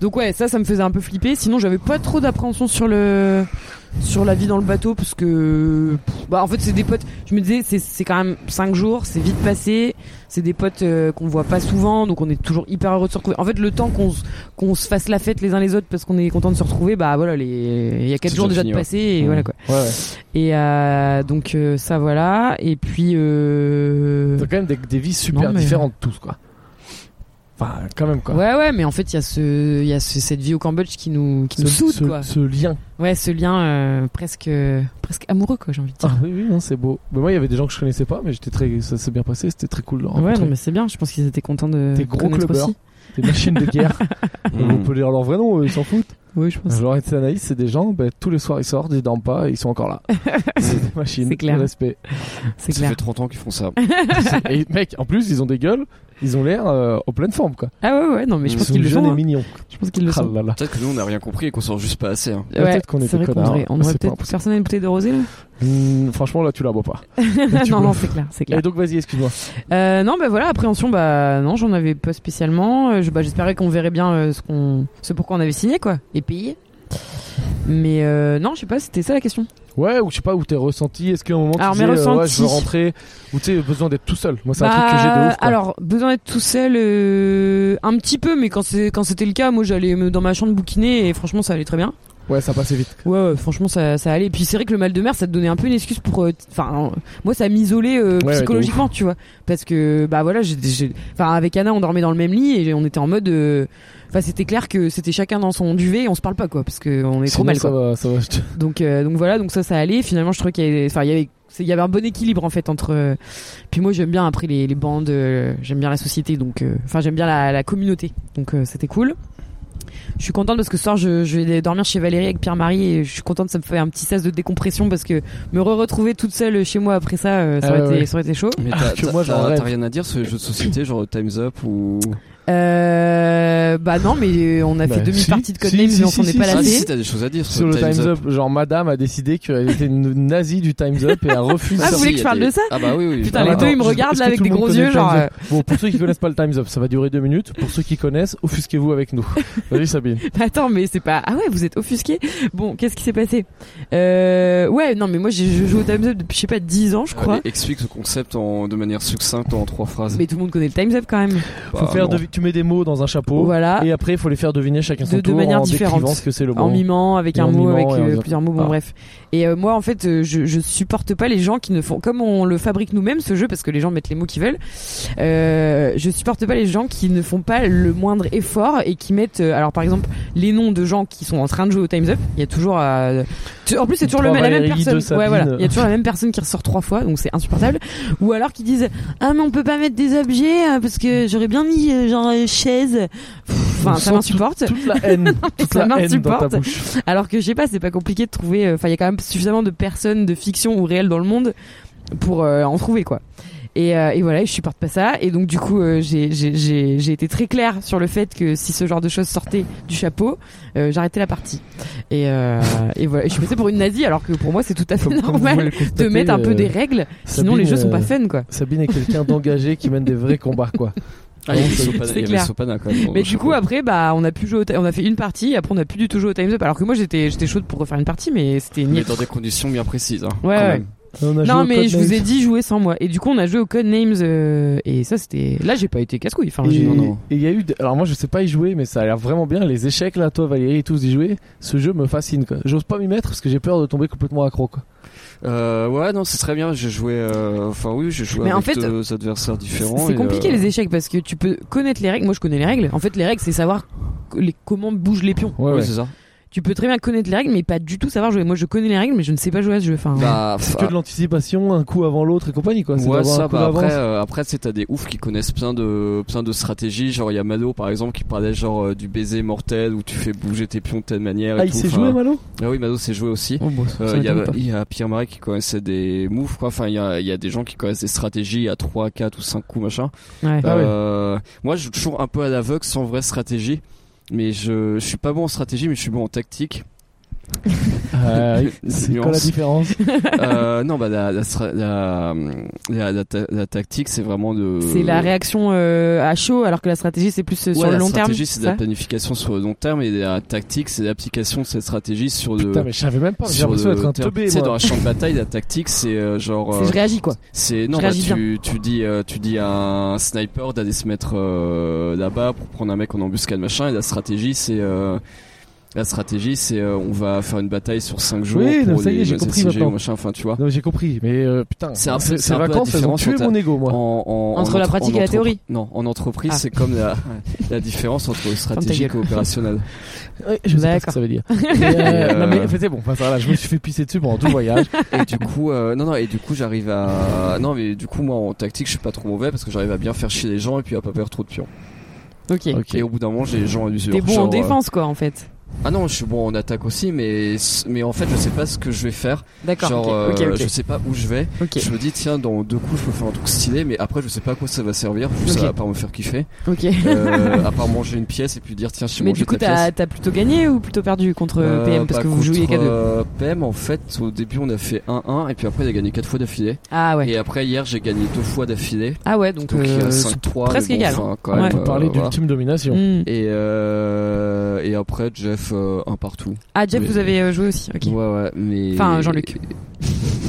Donc ouais, ça, ça me faisait un peu flipper. Sinon, j'avais pas trop d'appréhension sur le, sur la vie dans le bateau, parce que, pff, bah en fait c'est des potes. Je me disais, c'est- c'est quand même 5 jours, c'est vite passé. C'est des potes euh, qu'on voit pas souvent, donc on est toujours hyper heureux de se retrouver. En fait, le temps qu'on se- qu'on se fasse la fête les uns les autres parce qu'on est content de se retrouver, bah voilà, les... il y a quatre C'est jours déjà déjà fini, de ouais. passer et Mmh. voilà quoi. Ouais, ouais. Et euh, donc euh, ça voilà. Et puis euh... Ils ont quand même des, des vies super Non, mais- différentes tous quoi. Enfin quand même quoi. ouais ouais, mais en fait il y a ce, il y a ce- cette vie au Cambodge qui nous, Ce, qui nous soude ce- quoi. ce lien. Ouais, ce lien euh, presque, presque amoureux quoi, j'ai envie de dire. Ah oui, oui, non, c'est beau. Mais moi, il y avait des gens que je connaissais pas, mais j'étais très, ça s'est bien passé, c'était très cool de leur ouais, rencontrer. non mais c'est bien. Je pense qu'ils étaient contents de Ah, Des gros connaître clubbers. aussi. Des machines de guerre. On peut dire leur vrai nom, eux, ils s'en foutent. Oui, je pense. Genre, et Anaïs, c'est des gens, ben, tous les soirs ils sortent, ils dorment pas, et ils sont encore là. c'est des machines. C'est clair. Respect. Ah, C'est Ça clair. fait 30 ans qu'ils font ça. Et mec, en plus, ils ont des gueules, ils ont l'air euh, en pleine forme, quoi. Ah ouais ouais, non mais je Ils pense sont qu'ils le jeunes font. et hein. mignons. Je pense qu'ils le Ah font. là là. Peut-être que nous on n'a rien compris et qu'on sort juste pas assez. hein. Ah, Peut-être qu'on est des c'est vrai qu'on connards. devrait, on Mais devrait c'est pas peut-être. impossible. Personne n'a une bouteille de rosée là Hum, franchement, là, tu la bois pas. Là, tu Non, peux- non, c'est clair, c'est clair. Et donc, vas-y, excuse-moi. Euh, non, bah voilà, appréhension, bah non, j'en avais pas spécialement. Euh, je- bah, J'espérais qu'on verrait bien euh, ce qu'on, ce pourquoi on avait signé, quoi, et payé. Mais euh, non, je sais pas, c'était ça la question. Ouais, ou je sais pas, où t'es ressenti. Est-ce qu'à un moment, Alors, tu mes disais, euh, ouais, je veux ressentis. rentrer, ou tu sais, besoin d'être tout seul. Moi, c'est un Bah, truc que j'ai de ouf. quoi. Alors, besoin d'être tout seul, euh, un petit peu, mais quand c'est- quand c'était le cas, moi j'allais me- dans ma chambre bouquiner et franchement ça allait très bien. Ouais, ça passait vite. Ouais, ouais, franchement ça, ça allait. Et puis c'est vrai que le mal de mer, ça te donnait un peu une excuse pour. euh, t- Enfin, euh, moi ça m'isolait euh, Ouais, ouais, de psychologiquement, tu vois, parce que bah voilà, j'ai- j'ai- enfin avec Anna on dormait dans le même lit et on était en mode. euh, Enfin, c'était clair que c'était chacun dans son duvet et on se parle pas quoi, parce que on est trop Sinon, mal ça quoi. va, ça va. je te- Donc, euh, donc voilà, donc ça, ça allait. Finalement, je trouvais qu'il y avait, enfin, il y avait, c'est- il y avait un bon équilibre en fait entre. euh, Puis moi, j'aime bien après les, les bandes, euh, j'aime bien la société, donc, euh, enfin, j'aime bien la, la communauté, donc euh, c'était cool. Je suis contente parce que ce soir, je, je vais dormir chez Valérie avec Pierre-Marie et je suis contente, ça me fait un petit sas de décompression parce que me retrouver toute seule chez moi après ça, euh, ça, Ah aurait ouais, été, ouais. ça aurait été chaud. Mais Alors t'as que moi, t'as- j'en t'as- rêve. t'as rien à dire sur les jeux de société, genre Time's Up ou. Euh, bah non, mais on a Bah, fait si, demi-partie de si, Codename, si, mais on si, s'en est si, pas si, Ah, lassé. si, t'as des choses à dire Sur sur, le Time's, Time's Up. Up, genre madame a décidé qu'elle était une nazie du Time's Up et a refusé. Ah, vous Si, voulez que y je a parle des- de ça Ah bah oui, oui. Putain, Ah, les bah, deux, attends. ils me regardent, Est-ce là, que avec tout le des monde gros connaît yeux, le genre, euh. Time's Up Bon, pour ceux qui connaissent pas le Time's Up, ça va durer deux minutes. Pour ceux qui connaissent, offusquez-vous avec nous. Vas-y Sabine. Bah Attends, mais c'est pas. Ah ouais, vous êtes offusqué. Bon, qu'est-ce qui s'est passé euh... Ouais, non, mais moi j'ai- je joue au Time's Up depuis je sais pas 10 ans, je crois. Allez, explique ce concept en, de manière succincte en trois phrases. Bah, Mais tout le monde connaît le Time's Up quand même. Faut faire devi- tu mets des mots dans un chapeau voilà. et après il faut les faire deviner chacun De- son de tour manière en différente. décrivant ce que c'est le En mot. mimant, avec Et un en mot, mimant, avec et en euh, disant- plusieurs mots, bon Ah. bref. Et euh, moi en fait, euh, je, je supporte pas les gens qui ne font. Comme on le fabrique nous-mêmes ce jeu, parce que les gens mettent les mots qu'ils veulent, euh, je supporte pas les gens qui ne font pas le moindre effort et qui mettent. euh, alors par exemple, les noms de gens qui sont en train de jouer au Time's Up, il y a toujours. euh, tu- en plus, c'est toujours le, Trois même- la même Valérie, personne. deux Ouais, voilà. Sabine. Il y a toujours la même personne qui ressort trois fois, donc c'est insupportable. Ou alors qui disent Ah, mais on peut pas mettre des objets euh, parce que j'aurais bien mis euh, genre euh, chaise. Pff, Enfin, On ça sent m'insupporte. Toute la haine, toute ça la haine dans ta m'insupporte. bouche. Alors que je sais pas, c'est pas compliqué de trouver. euh, Enfin, il y a quand même suffisamment de personnes de fiction ou réelles dans le monde pour euh, en trouver quoi. Et, euh, et voilà, je supporte pas ça. Et donc du coup, euh, j'ai- j'ai j'ai- j'ai été très claire sur le fait que si ce genre de choses sortait du chapeau, euh, j'arrêtais la partie. Et, euh, et voilà, Et je suis passée pour une nazie alors que pour moi c'est tout à fait Comme- comme vous pouvez normal le constater, de mettre un euh, peu des règles. Sinon Sabine, les jeux sont euh, pas fun quoi. Sabine est quelqu'un d'engagé qui mène des vrais combats quoi. Ah, il y avait Sopana- C'est il y avait clair. Sopana quand même. dans Mais le du chapeau. coup après bah on a pu jouer au ti- on a fait une partie et après on a plus du tout joué au Time's Up alors que moi j'étais j'étais chaude pour refaire une partie mais c'était Mais niais. dans des conditions bien précises. hein, quand Ouais, ouais. même. On a joué Non au mais Code je vous ai Names. dit jouer sans moi et du coup on a joué au Code Names euh, et ça c'était là j'ai pas été casse couille enfin Et j'ai- non, non. et il y a eu. des- Alors moi je sais pas y jouer, mais ça a l'air vraiment bien. Les échecs là, toi Valérie et tous y jouer, ce jeu me fascine. quoi. J'ose pas m'y mettre parce que j'ai peur de tomber complètement accro. Quoi. Euh, ouais, non, c'est très bien. J'ai joué. euh, Enfin, oui, j'ai joué Mais en avec fait, deux adversaires différents. c'est et, compliqué euh, les échecs parce que tu peux connaître les règles moi je connais les règles en fait les règles c'est savoir co- les, comment bougent les pions Oui, Ouais, ouais. c'est ça. tu peux très bien connaître les règles, mais pas du tout savoir jouer. Moi, je connais les règles, mais je ne sais pas jouer à ce jeu. Enfin, Bah, pff, C'est que de l'anticipation, un coup avant l'autre et compagnie quoi. C'est ouais, d'avoir ça, un coup bah, après, d'avance. euh, après, c'est t'as des oufs qui connaissent plein de, plein de stratégies. Genre, il y a Malo, par exemple, qui parlait genre euh, du baiser mortel où tu fais bouger tes pions de telle manière. et Ah, il tout. s'est Enfin, joué Malo Ah oui, Malo s'est joué aussi. oh, bon, ça Euh, Il y, m'étonne a- pas. il y a Pierre Marais qui connaissait des moves, quoi. Enfin, il y a, il y a des gens qui connaissent des stratégies à 3, 4 ou 5 coups, machin. Ouais. Ah ouais. Euh, Moi, je joue toujours un peu à l'aveugle, sans vraie stratégie. Mais je, je suis pas bon en stratégie, mais je suis bon en tactique. Ah, oui. C'est quoi la Nuance. différence euh, non, bah la, la, stra- la, la, la ta- la tactique, c'est vraiment de. C'est la réaction euh, à chaud, alors que la stratégie, c'est plus euh, Ouais, sur le la long terme. stratégie, c'est de ça la planification sur le long terme et la tactique, c'est l'application de cette stratégie sur le. Putain, mais je savais même pas. J'ai sur l'impression le d'être un terrain. teubé. Tu sais, moi. dans la champ de bataille, la tactique, c'est euh, genre. C'est euh, je réagis quoi. C'est non, Je bah, réagis tu, tu dis euh, tu dis à un sniper d'aller se mettre euh, là-bas pour prendre un mec en embuscade machin et la stratégie c'est euh, la stratégie c'est euh, on va faire une bataille sur 5 jours Oui, non, pour ça y est, les j'ai compris SSG ou maintenant. machin enfin tu vois. Non, j'ai compris, mais euh, putain, C'est un peu- ces c'est un peu la vacances, elles ont différence tué entre- mon ego, En- moi. en- Entre en la entre- pratique en et la entrepre- théorie. Non, en entreprise, Ah. c'est comme la, la différence entre stratégie gueule. et opérationnelle. Ouais, je sais pas ce que D'accord. ça veut dire. Et, euh, euh, Non, mais c'est bon, enfin, ça, là, je me suis fait pisser dessus pendant tout le voyage. Et du coup, euh, non, non, et du coup, j'arrive à. Non, mais du coup, moi, en tactique, je suis pas trop mauvais parce que j'arrive à bien faire chier les gens et puis à pas perdre trop de pions. Ok. Ok. Et au bout d'un moment, j'ai les gens à l'usure. T'es bon Genre, en euh, défense quoi en fait. Ah non, je suis bon en attaque aussi, mais mais en fait, je sais pas ce que je vais faire. D'accord. Genre, ok, ok, euh, ok. je sais pas où je vais. Ok. Je me dis, tiens, dans deux coups, je peux faire un truc stylé, mais après, je sais pas à quoi ça va servir. Juste Ok. à part me faire kiffer, ok. euh, à part manger une pièce et puis dire, tiens, j'ai Mais mangé du coup, ta pièce. t'as t'as plutôt gagné ou plutôt perdu contre Euh, PM parce bah, que vous jouiez contre, qu'à deux. euh, PM, en fait, au début, on a fait 1-1 et puis après, il a gagné 4 fois d'affilée. Ah ouais. Et après, hier, j'ai gagné 2 fois d'affilée. Ah ouais, donc. Donc, il y a euh, 5-3. mais presque bon, égal, hein. enfin, quand Ouais. même, On peut euh, parler voilà. d'ultime domination. hmm. Et, euh, et après, Jeff, euh, un partout. Ah, Jeff, Oui. vous avez euh, joué aussi. Ok. Ouais, ouais, mais. Enfin, Jean-Luc.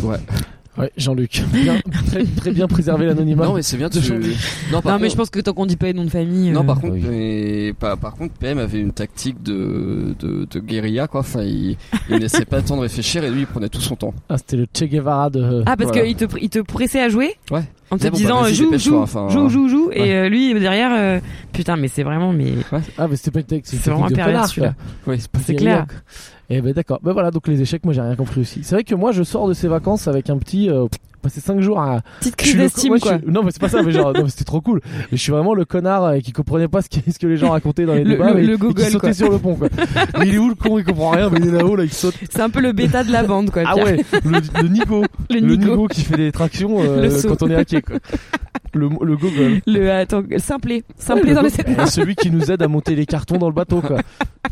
Ouais, Jean-Luc. Bien- très, très bien préservé l'anonymat. Non mais c'est bien. Tu... Toujours. Non, Non, par mais je contre, pense que tant qu'on dit pas les noms de famille. non, euh, par contre, Oui. mais- par, par contre, PM avait une tactique de, de, de guérilla quoi. Enfin, il, il ne laissait pas le temps de réfléchir et lui, il prenait tout son temps. Ah, c'était le Che Guevara de. euh, Ah, parce Voilà. qu'il te, pr- il te pressait à jouer Ouais. En te Il disait, bon, disant bah, vas-y, joue, dépêche-toi, joue, enfin, joue, joue, joue. ouais. Et euh, lui, derrière, euh, putain, mais c'est vraiment. mais Ah, mais c'était pas une tech, C'est c'est une vraiment technique de pervers, connard, celui-là. quoi. Oui. c'est pas C'est guérilla. clair. Eh ben d'accord. Ben voilà, donc les échecs, moi j'ai rien compris aussi. C'est vrai que moi je sors de ces vacances avec un petit. euh, passer 5 jours à. Petite Je suis crise le- d'estime, ouais, je quoi. suis- Non, mais c'est pas ça, mais genre, non, mais c'était trop cool. Mais je suis vraiment le connard euh, qui comprenait pas ce, qui- ce que les gens racontaient dans les Le- débats. le- mais- le et Google, qui sautait quoi. sur le pont, quoi. Mais il est où le con Il comprend rien, mais il est là-haut, là, il saute. C'est un peu le bêta de la bande, quoi. Ah Pierre. ouais, le, le Nico. Le Le Nico. Nico qui fait des tractions euh, Le saut. quand on est hacké, quoi. Le, le Google. Le, attends, simplé. Simplé Ouais, dans le les go- Eh, Celui qui nous aide à monter les cartons dans le bateau, quoi.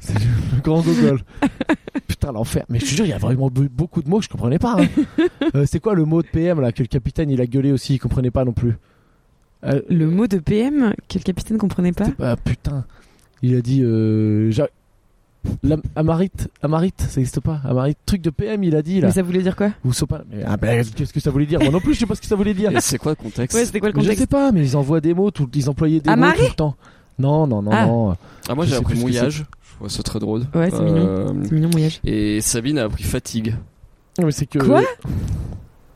C'est le, le grand Google. Putain, l'enfer. Mais je te jure, il y a vraiment be- beaucoup de mots que je comprenais pas. hein. Euh, c'est quoi le mot de PM là que le capitaine il a gueulé aussi, il comprenait pas non plus. Euh, Le mot de PM que le capitaine comprenait pas. ah, putain, il a dit euh, Ja- L'am- Amarite, Amarite, ça existe pas. Amarite, truc de PM, il a dit là. Mais ça voulait dire quoi Ou Sopal. Mais, ah, ben, qu'est-ce que ça voulait dire Moi non plus, je sais pas ce que ça voulait dire. Et c'est quoi le contexte Ouais, c'était quoi le Mais je contexte sais pas, mais ils envoient des mots, tout, ils employaient des Amarite mots tout le temps. Non, non, non, Ah. non. Ah moi Je j'ai sais appris plus ce que mouillage. Je vois ça très drôle. Ouais, c'est Euh, C'est mignon, mouillage. Et Sabine a appris fatigue. Non, mais c'est que. Quoi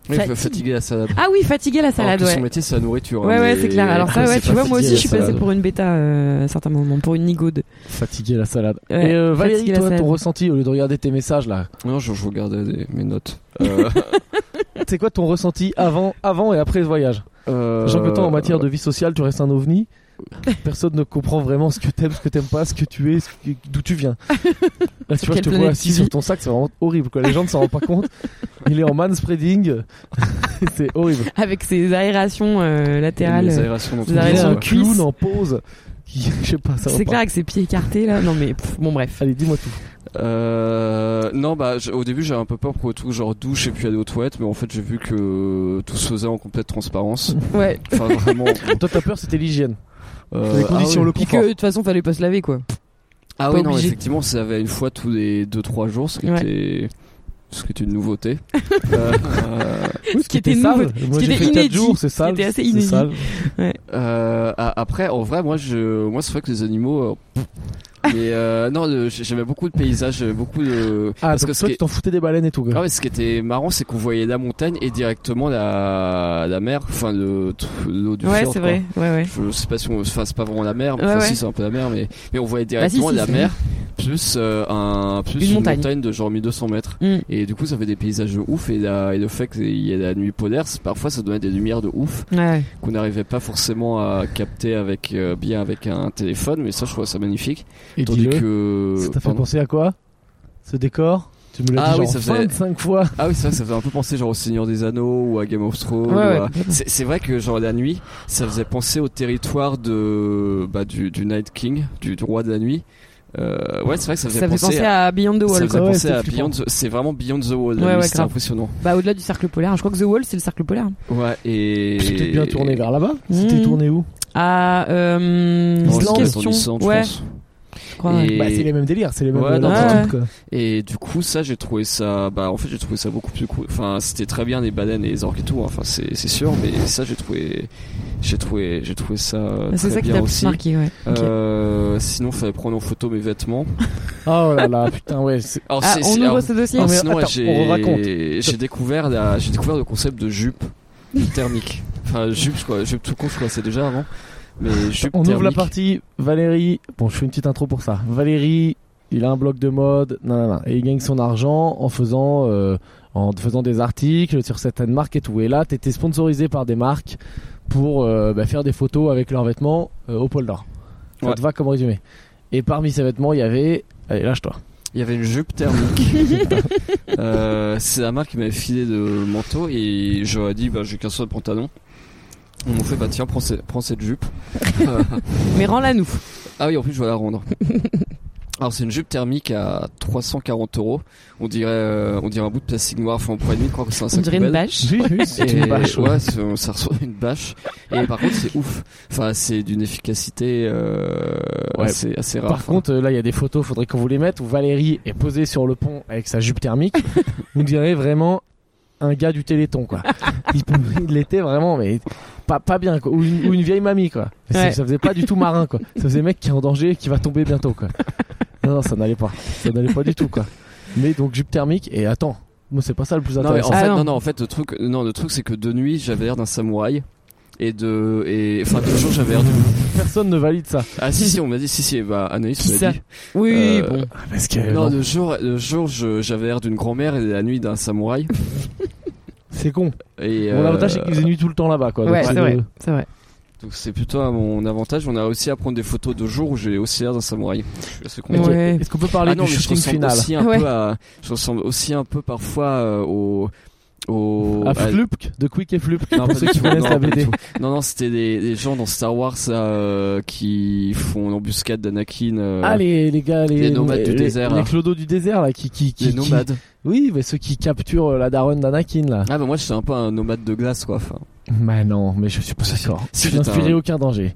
Oui, Fatigue. fatiguer la salade. Ah oui, fatiguer la salade, Alors que son ouais. métier c'est la nourriture. hein, Ouais, ouais, mais- c'est clair. Alors ça, Ah, ouais, c'est tu pas vois, moi aussi, fatiguer je suis la passé salade. pour une bêta euh, à certains moments, pour une nigaude. Fatigué la salade. Ouais, Et euh, Valérie, fatigué la toi, salade. ton ressenti au lieu de regarder tes messages là, Non, je, je regardais des- mes notes. Euh, c'est quoi ton ressenti avant, avant et après le voyage euh, Sachant que toi, en matière de vie sociale, tu restes un ovni. Personne ne comprend vraiment ce que t'aimes, ce que t'aimes pas, ce que tu es, ce que- d'où tu viens. Là, tu Sur vois, je quelle te vois planète assis tu sur vis ton sac, c'est vraiment horrible. Quoi. Les gens ne s'en rendent pas compte. Il est en man spreading, c'est horrible. Avec ses aérations euh, latérales. Les euh, aérations dans vous tous les avez Il est raison. sens, un ouais. cuisse. clown en pause. Qui, je sais pas, ça va C'est pas. clair, avec ses pieds écartés, là. Non, mais pff, bon, bref. Allez, dis-moi tout. Euh, non, bah je- au début j'avais un peu peur pour le truc genre douche et puis aller aux toilettes, mais en fait j'ai vu que tout se faisait en complète transparence. Ouais. Enfin vraiment. Toi, ta peur, c'était l'hygiène. euh, les conditions, ah, le oui. Puis confort. que, de toute façon, fallait pas se laver, quoi. Ah pas oui, non, obligé. effectivement, ça avait une fois tous les 2-3 jours, ce qui Ouais. était. Ce qui était une nouveauté. Euh, euh, Oui, Ce qui était sale. nouveau, Moi, qui j'ai était fait quatre inédit, jours, c'est ce qui sale. était assez c'est inédit. sale. euh, a- après, en vrai, moi, je, moi, c'est vrai que les animaux. euh, pff. mais euh, non, le- j'aimais beaucoup de paysages, j'aimais beaucoup de. Ah, parce donc que ce toi, qui tu t'en foutais des baleines et tout, gars. Ah ouais, ce qui était marrant, c'est qu'on voyait la montagne et directement la, la mer, enfin le tr- l'eau du Ouais, fjord, c'est quoi. vrai. Ouais, ouais. Je sais pas si on, enfin c'est pas vraiment la mer, mais Ouais, enfin, ouais. si c'est un peu la mer, mais mais on voyait si, directement si, la c'est- mer plus euh, un plus Une une, montagne. montagne. de genre 1200 mètres. Mm. Et du coup, ça fait des paysages de ouf. Et, la- et le fait qu'il y ait la nuit polaire, c'est- parfois, ça donnait des lumières de ouf Mmh, Ouais. qu'on n'arrivait pas forcément à capter avec euh, bien avec un téléphone. Mais ça, je trouve ça magnifique. Et Tandis dis-le, que ça t'a fait pardon. penser à quoi Ce décor Tu me l'as Ah dit oui, genre ça faisait- 25 fois. Ah oui, c'est vrai, que ça fait un peu penser genre au Seigneur des Anneaux ou à Game of Thrones. Ouais, ou ouais, à- C'est c'est vrai que genre la nuit, ça faisait penser au territoire de bah, du, du Night King, du, du roi de la nuit. Euh, ouais, c'est vrai que ça faisait Ça fait penser, penser à, à Beyond ça the Wall. faisait quoi. Ouais, penser c'était à Beyond. flippant. the- C'est vraiment Beyond the Wall. Ouais, la ouais, nuit, c'était grave. impressionnant. Bah au-delà du cercle polaire, je crois que The Wall c'est le cercle polaire. Ouais et C'était bien tourné vers là-bas. C'était Mhm. tourné où Ah, euh, Non, Islande. c'était en question. Islande, je ouais, pense. je crois, ouais. Et- Bah, c'est les mêmes délires, c'est les mêmes Ouais, dans dans le truc, truc. quoi. Et du coup, ça, j'ai trouvé ça. Bah, en fait, j'ai trouvé ça beaucoup plus cool. Enfin, c'était très bien les baleines et les orques et tout. hein. Enfin, c'est c'est sûr. Mais ça, j'ai trouvé, j'ai trouvé, j'ai trouvé ça Bah, Ah, très C'est ça qui bien t'a le plus aussi. marqué, ouais. Ok. Euh, sinon, fallait prendre en photo mes vêtements. Oh là là, putain, ouais. c'est- Alors, Ah, c'est- on c'est- ouvre alors, ce dossier. alors, mais sinon, attends, on raconte. j'ai j'ai découvert, la- j'ai découvert le concept de jupe thermique. Enfin, jupe, je crois, jupe tout court, je connaissais déjà avant. Mais jupe On thermique. ouvre la partie. Valérie. Bon, je fais une petite intro pour ça. Valérie, il a un blog de mode. nan, nan, nan. Et il gagne son argent en faisant, euh, en faisant des articles sur certaines marques et tout. Et là, t'étais sponsorisé par des marques pour euh, bah, faire des photos avec leurs vêtements euh, au pôle Nord. Ça Ouais. te va comme résumé. Et parmi ces vêtements, il y avait. Allez, lâche-toi. Il y avait une jupe thermique. Euh, c'est la marque qui m'avait filé de manteau et j'aurais dit bah j'ai qu'un seul pantalon. On m'a fait bah tiens prends, ce- prends cette jupe. Euh, Mais rends-la nous. ah oui en plus je vais la rendre. Alors c'est une jupe thermique à 340 euros. On dirait euh, on dirait un bout de plastique noir enfin pour je crois que c'est un sac On dirait une poubelle. bâche. J'ai vu, Et- c'est une bâche. ouais. ouais, c'est- ça ressemble à une bâche. Et par contre, c'est ouf. Enfin, c'est d'une efficacité euh, Ouais. assez, assez rare. Par Enfin, contre, euh, là, il y a des photos, faudrait qu'on vous les mette, où Valérie est posée sur le pont avec sa jupe thermique. on dirait vraiment un gars du Téléthon, quoi. Il, peut- il l'était vraiment, mais pas, pas bien, quoi. Ou une, ou une vieille mamie, quoi. C'est- Ouais. Ça faisait pas du tout marin, quoi. Ça faisait mec qui est en danger et qui va tomber bientôt, quoi. Non, non, ça n'allait pas. Ça n'allait pas du tout, quoi. Mais donc, jupe thermique, et attends, moi, c'est pas ça le plus Non, mais en intéressant. fait, Ah, non. non. non, en fait, le truc, non, le truc, c'est que de nuit, j'avais l'air d'un samouraï. Et de, et, enfin, de jour, j'avais l'air de... Personne ne valide ça. Ah, si, si, on m'a dit, si, si, bah, Anaïs Qui m'a ça dit. Oui, Euh, bon. Parce que, non, le jour, le jour, je- j'avais l'air d'une grand-mère et la nuit d'un samouraï. c'est con. Et, Mon euh, avantage, c'est qu'ils aient nuit tout le temps là-bas, quoi. Ouais, Donc, c'est le- vrai. C'est vrai. donc c'est plutôt à mon avantage. On a réussi à prendre des photos de jour où j'ai aussi l'air d'un samouraï. Je suis assez content. Ok. Ouais. Est-ce qu'on peut parler Ah non, du mais je shooting ressemble final aussi un Ouais. peu à, je ressemble aussi un peu parfois euh, au, au, À à- Flupk, de Quick et Flupk, Non, pour pas ceux du qui tout, connaissent non, la pas du BD. tout. Non, non, c'était des, des gens dans Star Wars euh, qui font l'embuscade d'Anakin. euh, Ah, les, les gars, les, les nomades du les- désert, Les là. clodos du désert, là, qui. qui, qui les qui- nomades. Oui, mais ceux qui capturent euh, la daronne d'Anakin, là. Ah bah moi je suis un peu un nomade de glace quoi. Enfin, Mais Bah, non, mais je suis pas d'accord. Si, je putain. n'inspirais aucun danger.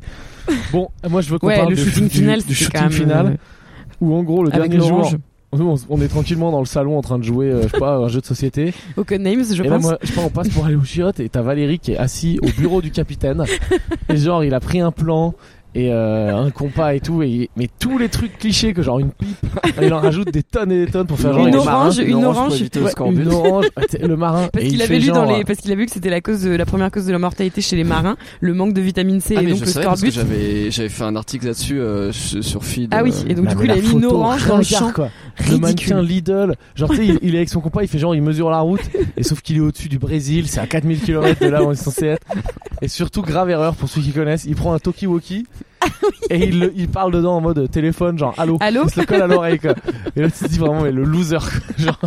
Bon, moi, je veux qu'on Ouais, parle le du- shooting du, final, du c'est shooting quand même. final, euh, où en gros, le avec dernier jour. l'orange. Nous, on, on est tranquillement dans le salon en train de jouer, euh, je sais pas, un jeu de société. Open Names, je et pense. là, moi, je sais pas, on passe pour aller au chiottes et t'as Valérie qui est assis au bureau du capitaine. Et genre, il a pris un plan et euh, un compas et tout. Et, mais tous les trucs clichés que genre une pipe, il en rajoute des tonnes et des tonnes pour faire genre Une il est orange, marin. une orange. pour éviter Ouais, le scorbut. une orange, Ah, t'sais, le marin. Parce et qu'il il avait fait lu dans genre, euh, les, parce qu'il a vu que c'était la cause de, la première cause de la mortalité chez les marins, le manque de vitamine C Ah et mais donc je le savais parce que scorbut. j'avais j'avais fait un article là-dessus euh, sur sur Feed. Ah oui, euh, et donc Bah, du coup mais il a la mis une photo, orange dans le ringard, champ. quoi. Le mannequin Ridicule. Lidl, genre tu sais, il, il est avec son compas, il fait genre il mesure la route, et sauf qu'il est au-dessus du Brésil, c'est à 4000 km de là où on est censé être. Et surtout, grave erreur pour ceux qui connaissent, il prend un Tokiwoki et il, le- il parle dedans en mode téléphone, genre allô, Ah Allô il se le colle à l'oreille quoi. Et là tu te dis vraiment, mais le loser quoi. Genre,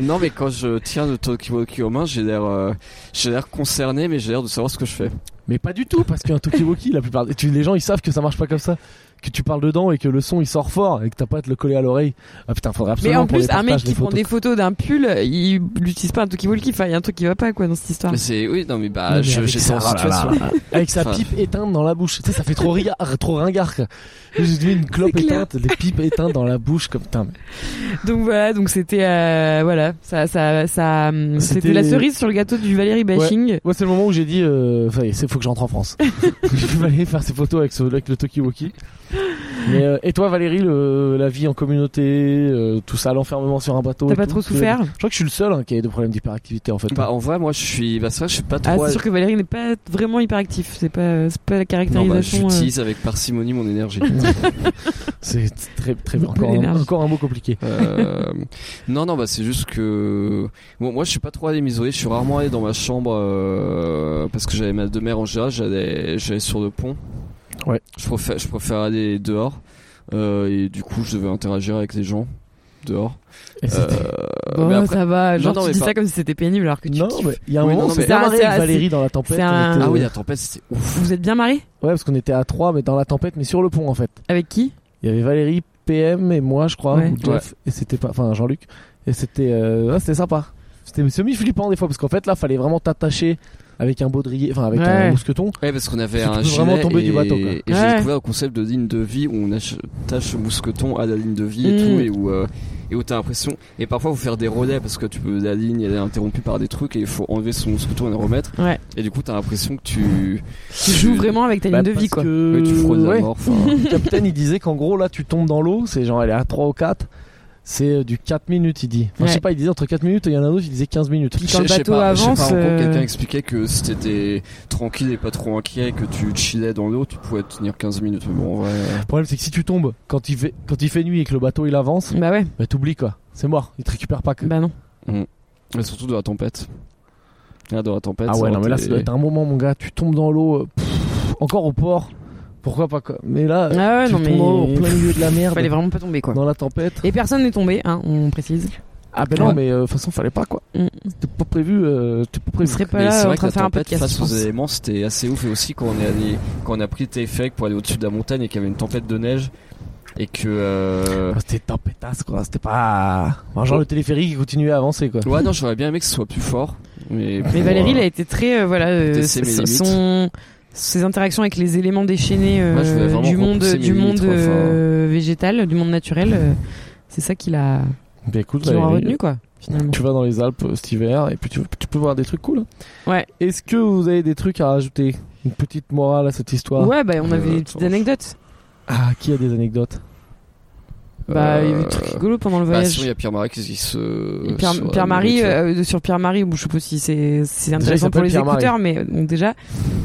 Non mais quand je tiens le Tokiwoki aux mains, j'ai l'air euh, j'ai l'air concerné mais j'ai l'air de savoir ce que je fais. mais pas du tout, parce qu'un Tokiwoki, la plupart, tu, les gens ils savent que ça marche pas comme ça, que tu parles dedans et que le son il sort fort et que t'as pas à te le coller à l'oreille. Ah putain, faudrait Mais absolument en qu'on les plus, un mec partage, qui les prend photos. des photos d'un pull, il n'utilise pas un Tokiwoki. Enfin, il y a un truc qui va pas, quoi, dans cette histoire. Mais c'est oui non mais Ah. bah Non, mais je- avec j'étais ça, en oh là situation. là. Avec sa Enfin. pipe éteinte dans la bouche. Tu sais, ça fait trop ringard, trop ringard. quoi. J'ai dit une clope C'est clair. éteinte, des pipes éteintes dans la bouche comme putain. mais- Donc voilà, donc c'était, euh, voilà, ça, ça, ça, hum, C'était- c'était la cerise sur le gâteau du Valérie Bashing. Moi, c'est le moment où j'ai dit, euh, ça y est, c'est faut que j'entre en France. je vais aller faire ces photos avec, ce, avec le Tokiwoki. Mais, euh, et toi, Valérie, le- la vie en communauté, euh, tout ça, l'enfermement sur un bateau. T'as et pas tout, trop tu- souffert Je crois que je suis le seul hein, qui a des problèmes d'hyperactivité en fait. Bah, en vrai, moi, je suis. Bah, ça, je suis pas Ah, trop. c'est sûr que Valérie n'est pas vraiment hyperactif. C'est pas, c'est pas la non, bah, caractérisation. euh, j'utilise avec parcimonie mon énergie. c'est très très Beaucoup encore un, d'énergie. encore un mot compliqué. Euh, non, non, bah c'est juste que bon, moi je suis pas trop allé m'isoler, je suis rarement allé dans ma chambre euh, parce que j'avais mal de mer en général, j'allais j'allais sur le pont. Ouais. Je préfère, je préfère aller dehors euh, et du coup je devais interagir avec les gens dehors. Et Euh, c'était- Bon, mais après- ça va. Non, Genre, non, tu mais dis pas- ça comme si c'était pénible alors que tu. non, kiffes. mais il y a un Oui, moment, non, on mais- s'était marré C'est un- avec Valérie dans la tempête. c'est on un- était- Ah oui, la tempête c'était ouf. Vous êtes bien marré Ouais, parce qu'on était à 3 mais dans la tempête, mais sur le pont en fait. Avec qui Il y avait Valérie, PM et moi, je crois, Ouais. ou Jeff, et c'était pas, enfin Jean-Luc, et c'était, euh, ouais, c'était sympa. C'était semi flippant des fois parce qu'en fait là, fallait vraiment t'attacher avec un baudrier, enfin avec un Ouais. mousqueton. Ouais, parce qu'on avait Parce que un tu peux gilet vraiment tomber et, du bateau, quoi. et j'ai Ouais. découvert le concept de ligne de vie où on attache le mousqueton à la ligne de vie et Mm. tout et où euh, et où t'as l'impression et parfois faut faire des relais parce que tu peux la ligne elle est interrompue par des trucs et il faut enlever son mousqueton et le remettre Ouais. et du coup t'as l'impression que tu Tu joues vraiment avec ta ligne Bah, de vie parce quoi. que- ouais, tu frôles la ouais. mort. enfin. Le capitaine, il disait qu'en gros là, tu tombes dans l'eau, c'est genre elle est à 3 ou 4 c'est euh, du 4 minutes, il dit. Enfin, je sais Ouais. pas, il disait entre 4 minutes et il y en a un autre, il disait 15 minutes. Puis quand le Je- je sais bateau pas, je sais pas, avance, en gros, euh, quelqu'un expliquait que si t'étais tranquille et pas trop inquiet, que tu chillais dans l'eau, tu pouvais tenir 15 minutes. Mais Bon, euh, ouais. Le problème, c'est que si tu tombes quand il fait, quand il fait nuit et que le bateau il avance, Bah ouais. bah t'oublies quoi. C'est mort, il te récupère pas que. Bah non. Mais surtout de la tempête. Là, de la tempête. Ah ça ouais, aurait non, mais là, été- ça doit être un moment, mon gars. Tu tombes dans l'eau, euh, pff, encore au port. Pourquoi pas quoi Mais là, euh, Ah ouais, tu non tombes dans l'eau mais. en plein milieu de la merde, Fallait vraiment pas tomber quoi. dans la tempête. Et personne n'est tombé, hein, on précise. Ah ben non, Ouais. mais euh, de toute façon, fallait pas quoi. Mm. C'était pas prévu. euh, C'était pas On prévu. serait pas Mais c'est là en vrai que train la de faire un tempête podcast. face je aux pense. éléments, c'était assez ouf. Et aussi quand on est allé, quand on a pris Tefek pour aller au-dessus de la montagne et qu'il y avait une tempête de neige et que. euh, Ah, C'était tempétasse quoi. C'était pas. Enfin, genre le téléphérique il continuait à avancer quoi. Ouais, non, j'aurais bien aimé que ce soit plus fort. Mais, Mais Valérie, elle a été très euh, voilà euh, Tester mes son- limites. son ses interactions avec les éléments déchaînés euh, Moi, je voulais vraiment du monde repousser mes du monde limites, quoi, enfin. euh, végétal, du monde naturel, euh, c'est ça qu'il a Bah écoute, qu'ils ont Valérie, euh, retenu quoi finalement. tu vas dans les Alpes euh, cet hiver et puis tu, tu peux voir des trucs cool. hein. Ouais. Est-ce que vous avez des trucs à rajouter Une petite morale à cette histoire Ouais, bah on avait Euh, des petites attends. anecdotes. Ah, qui a des anecdotes Bah il y a eu Euh, des trucs rigolos pendant le Bah, sinon, il y voyage. a Pierre-Marie qui qui se. euh, Et Pierre- sur la Pierre-Marie nourriture. euh, sur Pierre-Marie, bon, je sais pas si c'est c'est intéressant pour s'appelle les Pierre-Marie. écouteurs, mais euh, donc déjà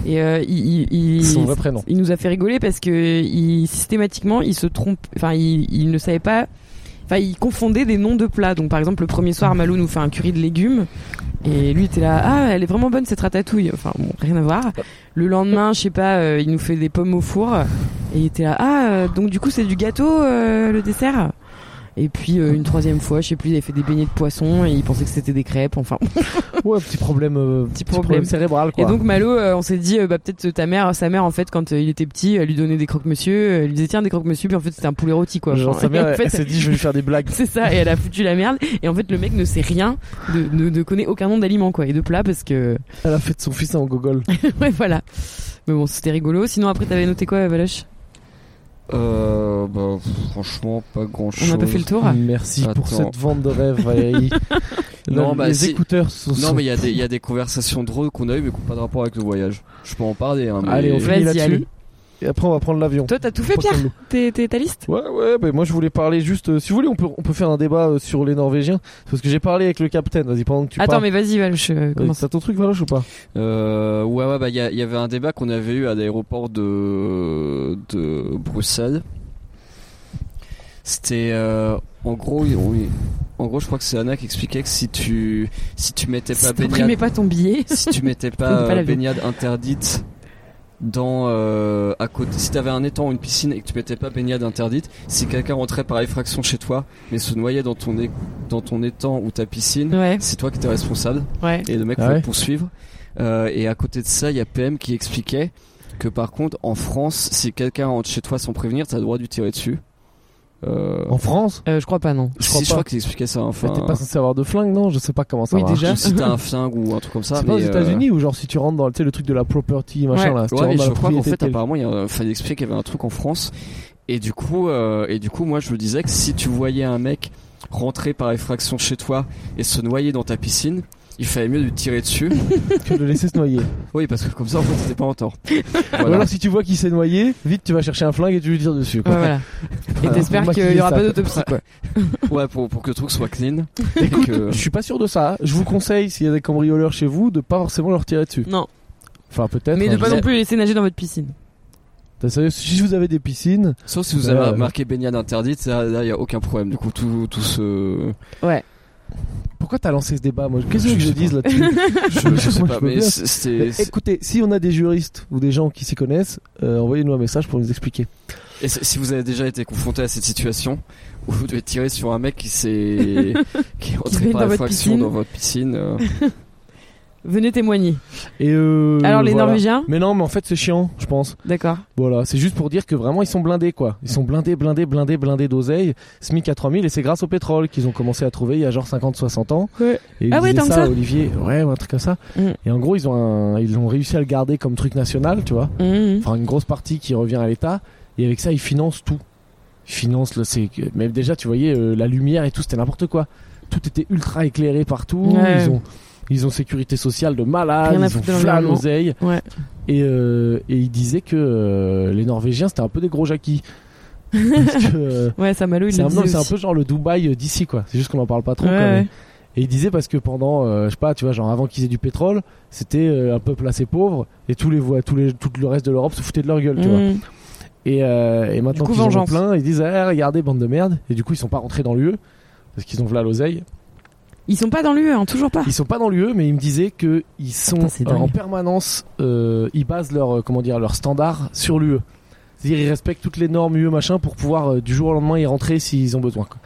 et euh, il, il, il- Son vrai prénom. il nous a fait rigoler parce que il, systématiquement il se trompe enfin il, il ne savait pas enfin il confondait des noms de plats donc par exemple le premier soir Malo nous fait un curry de légumes et lui était là ah elle est vraiment bonne cette ratatouille enfin bon rien à voir le lendemain je sais pas euh, il nous fait des pommes au four et il était là ah euh, donc du coup c'est du gâteau euh, le dessert et puis euh, une troisième fois, je sais plus, il avait fait des beignets de poisson et il pensait que c'était des crêpes. Enfin, Ouais, petit problème, euh, petit problème. problème. cérébral quoi. et donc Malo, euh, on s'est dit, euh, bah peut-être euh, ta mère, sa mère en fait, quand euh, il était petit, elle lui donnait des croque-monsieur, euh, elle lui disait tiens des croque-monsieur, puis en fait c'était un poulet rôti quoi. Genre, Enfin, sa mère, en elle, fait, elle s'est dit, je vais lui faire des blagues. c'est ça, et elle a foutu la merde. Et en fait le mec ne sait rien, de, ne, ne connaît aucun nom d'aliment quoi, et de plat parce que Elle a fait de son fils un gogol. ouais voilà. Mais bon c'était rigolo. Sinon après t'avais noté quoi Valoche Euh, bah, franchement, pas grand chose. On n'a pas fait le tour. Merci Attends. pour cette vente de rêve, Valérie. Non, Le- bah, les si. écouteurs sont. Non, mais il y, a des- il y a des conversations drôles qu'on a eues, mais qui n'ont pas de rapport avec le voyage. Je peux en parler. Hein, mais- Allez, on Vas-y, finit là-dessus. allez. Et après, on va prendre l'avion. Toi t'as tout fait Pierre T'es t'es- ta liste Ouais, ouais, bah, moi je voulais parler juste. euh, si vous voulez, on peut, on peut faire un débat euh, sur les Norvégiens. Parce que j'ai parlé avec le capitaine. Vas-y, pendant que tu Attends parles. mais vas-y Valoche, euh, Euh, commence. C'est ton truc, Valoche, ou pas Euh, ouais, ouais, bah, il y, a- il y avait un débat qu'on avait eu à l'aéroport de, de Bruxelles. C'était, euh, en gros, il- on- il- en gros, je crois que c'est Anna qui expliquait que si tu, si tu mettais pas Si t'imprimais baignade, pas ton billet. si tu mettais prenais pas, pas euh, l'avion. baignade interdite dans, euh, à côté, si t'avais un étang ou une piscine et que tu mettais pas baignade interdite, si quelqu'un rentrait par effraction chez toi, mais se noyait dans ton, é- dans ton étang ou ta piscine, Ouais c'est toi qui t'es responsable ouais. et le mec Ah pouvait ouais te poursuivre. Euh, et à côté de ça, il y a PM qui expliquait que par contre, en France, si quelqu'un rentre chez toi sans prévenir, t'as le droit de lui tirer dessus. Euh, En France Euh, je crois pas non. si, crois je pas. crois qu'il expliquait ça. Enfin, Bah, T'es pas censé avoir de flingue, non Je sais pas comment ça Oui, marche. déjà. ou si t'as un flingue ou un truc comme ça. C'est pas aux mais, euh, États-Unis où, genre, si tu rentres dans tu sais, le truc de la property, machin Ouais. là. si tu Ouais, rentres mais dans je la crois qu'en propriété fait, telle- apparemment, il y a- fallait expliquer qu'il y avait un truc en France. Et du coup, euh, et du coup, moi, je me disais que si tu voyais un mec rentrer par effraction chez toi et se noyer dans ta piscine, il fallait mieux lui tirer dessus. que de le laisser se noyer. oui, parce que comme ça, en fait, c'était pas en tort. Ou Voilà. alors, si tu vois qu'il s'est noyé, vite tu vas chercher un flingue et tu lui tires dessus. Ouais, Quoi. voilà. Et Voilà. t'espères Faut qu'il y maquiller aura ça. pas d'autopsie, quoi. Ouais, pour, pour que le truc soit clean. Écoute, Et que- euh, je suis pas sûr de ça. hein. Je vous conseille, s'il y a des cambrioleurs chez vous, de pas forcément leur tirer dessus. Non. Enfin, peut-être. hein, Mais de je pas sais non plus les laisser nager dans votre piscine. T'as sérieux, si vous avez des piscines, Sauf si bah, vous avez Euh. marqué baignade interdite, là, il y a aucun problème. Du coup, tout, tout se. pourquoi t'as lancé ce débat moi Qu'est-ce que je Je sais dise pas. là-dessus Je, je sais Moi, pas, je veux mais bien. c'est- c'était. Mais Écoutez, si on a des juristes ou des gens qui s'y connaissent, euh, envoyez-nous un message pour nous expliquer. Et c- si vous avez déjà été confronté à cette situation où vous devez tirer sur un mec qui s'est qui est se entré baigne par dans votre effraction piscine. dans votre piscine, euh, Venez témoigner. Et euh, Alors, les voilà. Norvégiens Mais non, mais en fait c'est chiant, je pense. D'accord. Voilà, c'est juste pour dire que vraiment ils sont blindés quoi. Ils sont blindés, blindés, blindés, blindés d'oseille. SMIC à 3000 et c'est grâce au pétrole qu'ils ont commencé à trouver il y a genre 50-60 ans. Ouais. Et ils Ah ouais, disaient tant que ça, ça à Olivier, ouais, ou un truc comme ça. Mm. Et en gros ils ont un- ils ont réussi à le garder comme truc national, tu vois. Mhm. enfin une grosse partie qui revient à l'État, et avec ça, ils financent tout. Ils financent le. c'est- Même déjà, tu voyais euh, la lumière et tout, c'était n'importe quoi. Tout était ultra éclairé partout. Ouais. Ils ont. Ils ont sécurité sociale de malade, Rien ils à ont foutre de flan l'environnement. l'oseille. Ouais. Et, euh, et ils disaient que euh, les Norvégiens, c'était un peu des gros jackies. Parce que, euh, Ouais, Samalo, il c'est le un, non, disait c'est un aussi. peu genre le Dubaï euh, d'ici, quoi. C'est juste qu'on en parle pas trop. Ouais, quoi, mais- ouais. et il disait parce que pendant, euh, je sais pas, tu vois, genre avant qu'ils aient du pétrole, c'était euh, un peuple assez pauvre et tous les, voix- tous les, tout le reste de l'Europe se foutait de leur gueule, tu vois. Mhm. Et, euh, et maintenant Du coup, qu'ils en ont vengeance. plein, ils disent ah, regardez bande de merde. Et du coup ils sont pas rentrés dans l'UE parce qu'ils ont v'là l'oseille. Ils sont pas dans l'UE, hein, toujours pas. Ils sont pas dans l'UE, mais ils me disaient que ils sont Putain, c'est euh, en dingue. permanence, euh, ils basent leur euh, comment dire leur standard sur l'UE. C'est-à-dire ils respectent toutes les normes UE machin pour pouvoir euh, du jour au lendemain y rentrer s'ils ont besoin. Quoi.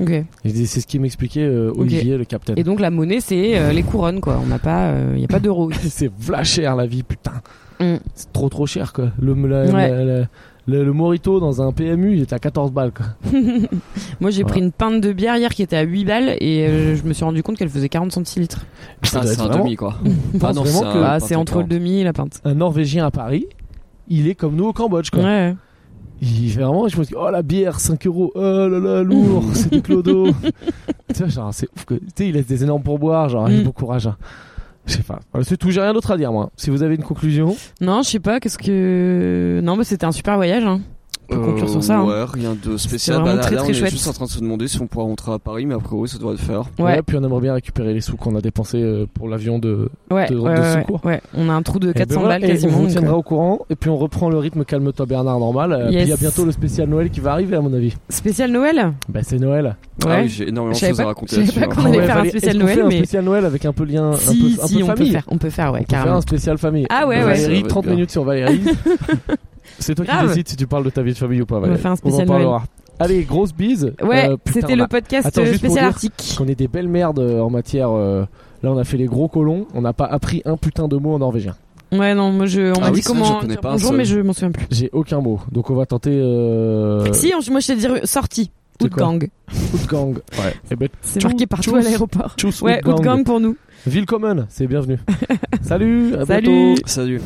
Ok. Et je dis, c'est ce qui m'expliquait euh, Olivier le capitaine. Et donc la monnaie, c'est euh, les couronnes, quoi. On n'a pas, euh, y a pas d'euros. c'est v'là cher la vie putain. Mm. C'est trop trop cher quoi. Le, la- Ouais. la- la- le, le Morito dans un PMU il était à 14 balles quoi. Moi, j'ai Voilà. pris une pinte de bière hier qui était à 8 balles et euh, je me suis rendu compte qu'elle faisait 40 centilitres. putain, doit Ah, c'est être un vraiment- demi quoi. pense vraiment un- que- Ah, un c'est entre le temps. demi et la pinte. Un Norvégien à Paris, il est comme nous au Cambodge quoi. Ouais. Il fait vraiment, je me dis oh la bière 5 euros, oh là là lourd, c'est du clodo. tu vois genre c'est ouf que tu sais il laisse des énormes pourboires genre Mm. bon courage. hein. Je sais pas. Voilà, C'est tout, j'ai rien d'autre à dire moi. Si vous avez une conclusion, Non, je sais pas, qu'est-ce que. Non, mais c'était un super voyage. Hein. peut conclure sur ça, hein. Ouais, rien de C'était spécial. vraiment Bah, là, très, là, très on est chouette. juste en train de se demander si on pourra rentrer à Paris, mais a priori, ça devrait le faire. Ouais, puis on aimerait bien récupérer les sous qu'on a dépensés euh, pour l'avion de ouais, de- de ouais, ouais, secours. ouais, ouais. On a un trou de Eh ben 400 voilà, balles et quasiment. On vous donc, euh. tiendra au courant et puis on reprend le rythme calme-toi Bernard normal. Euh, puis Yes. Il y a bientôt le spécial Noël qui va arriver à mon avis. euh, Spécial Noël Bah c'est Noël. Ah Ouais. oui, j'ai énormément de Je savais choses à pas- raconter je là-dessus. savais pas hein. qu'on allait faire un Valérie, spécial est-ce qu'on Noël, fait un mais- spécial Noël avec un peu lien, un Si, peu, un si, peu on peut famille. faire, on peut faire, ouais, On peut faire carrément. un spécial famille. Ah ouais, ouais. Ça va Valérie, être 30 bien. minutes sur Valérie. c'est toi qui Grave. décides si tu parles de ta vie de famille ou pas. Valérie. va faire un on en spécial parlera. Allez, grosse bise. Ouais, Euh, putain, c'était on le a- podcast Attends, euh, juste pour spécial dire Arctique. qu'on est des belles merdes euh, en matière. euh, Là, on a fait les gros colons. On n'a pas appris un putain de mot en norvégien. Ouais, non, moi, je, on Ah m'a oui, dit c'est vrai, comment. je connais dire pas un bonjour, seul. mais je m'en souviens plus. J'ai aucun mot. Donc, on va tenter. Euh... Si, on- moi, je t'ai dit sortie. C'est quoi Outgang. Outgang. Ouais. Eh ben, C'est Tchou- marqué partout tchous. à l'aéroport. tchuss, Ouais, Outgang. Outgang pour nous. Willkommen, c'est bienvenu. Salut, à Salut. bientôt. Salut.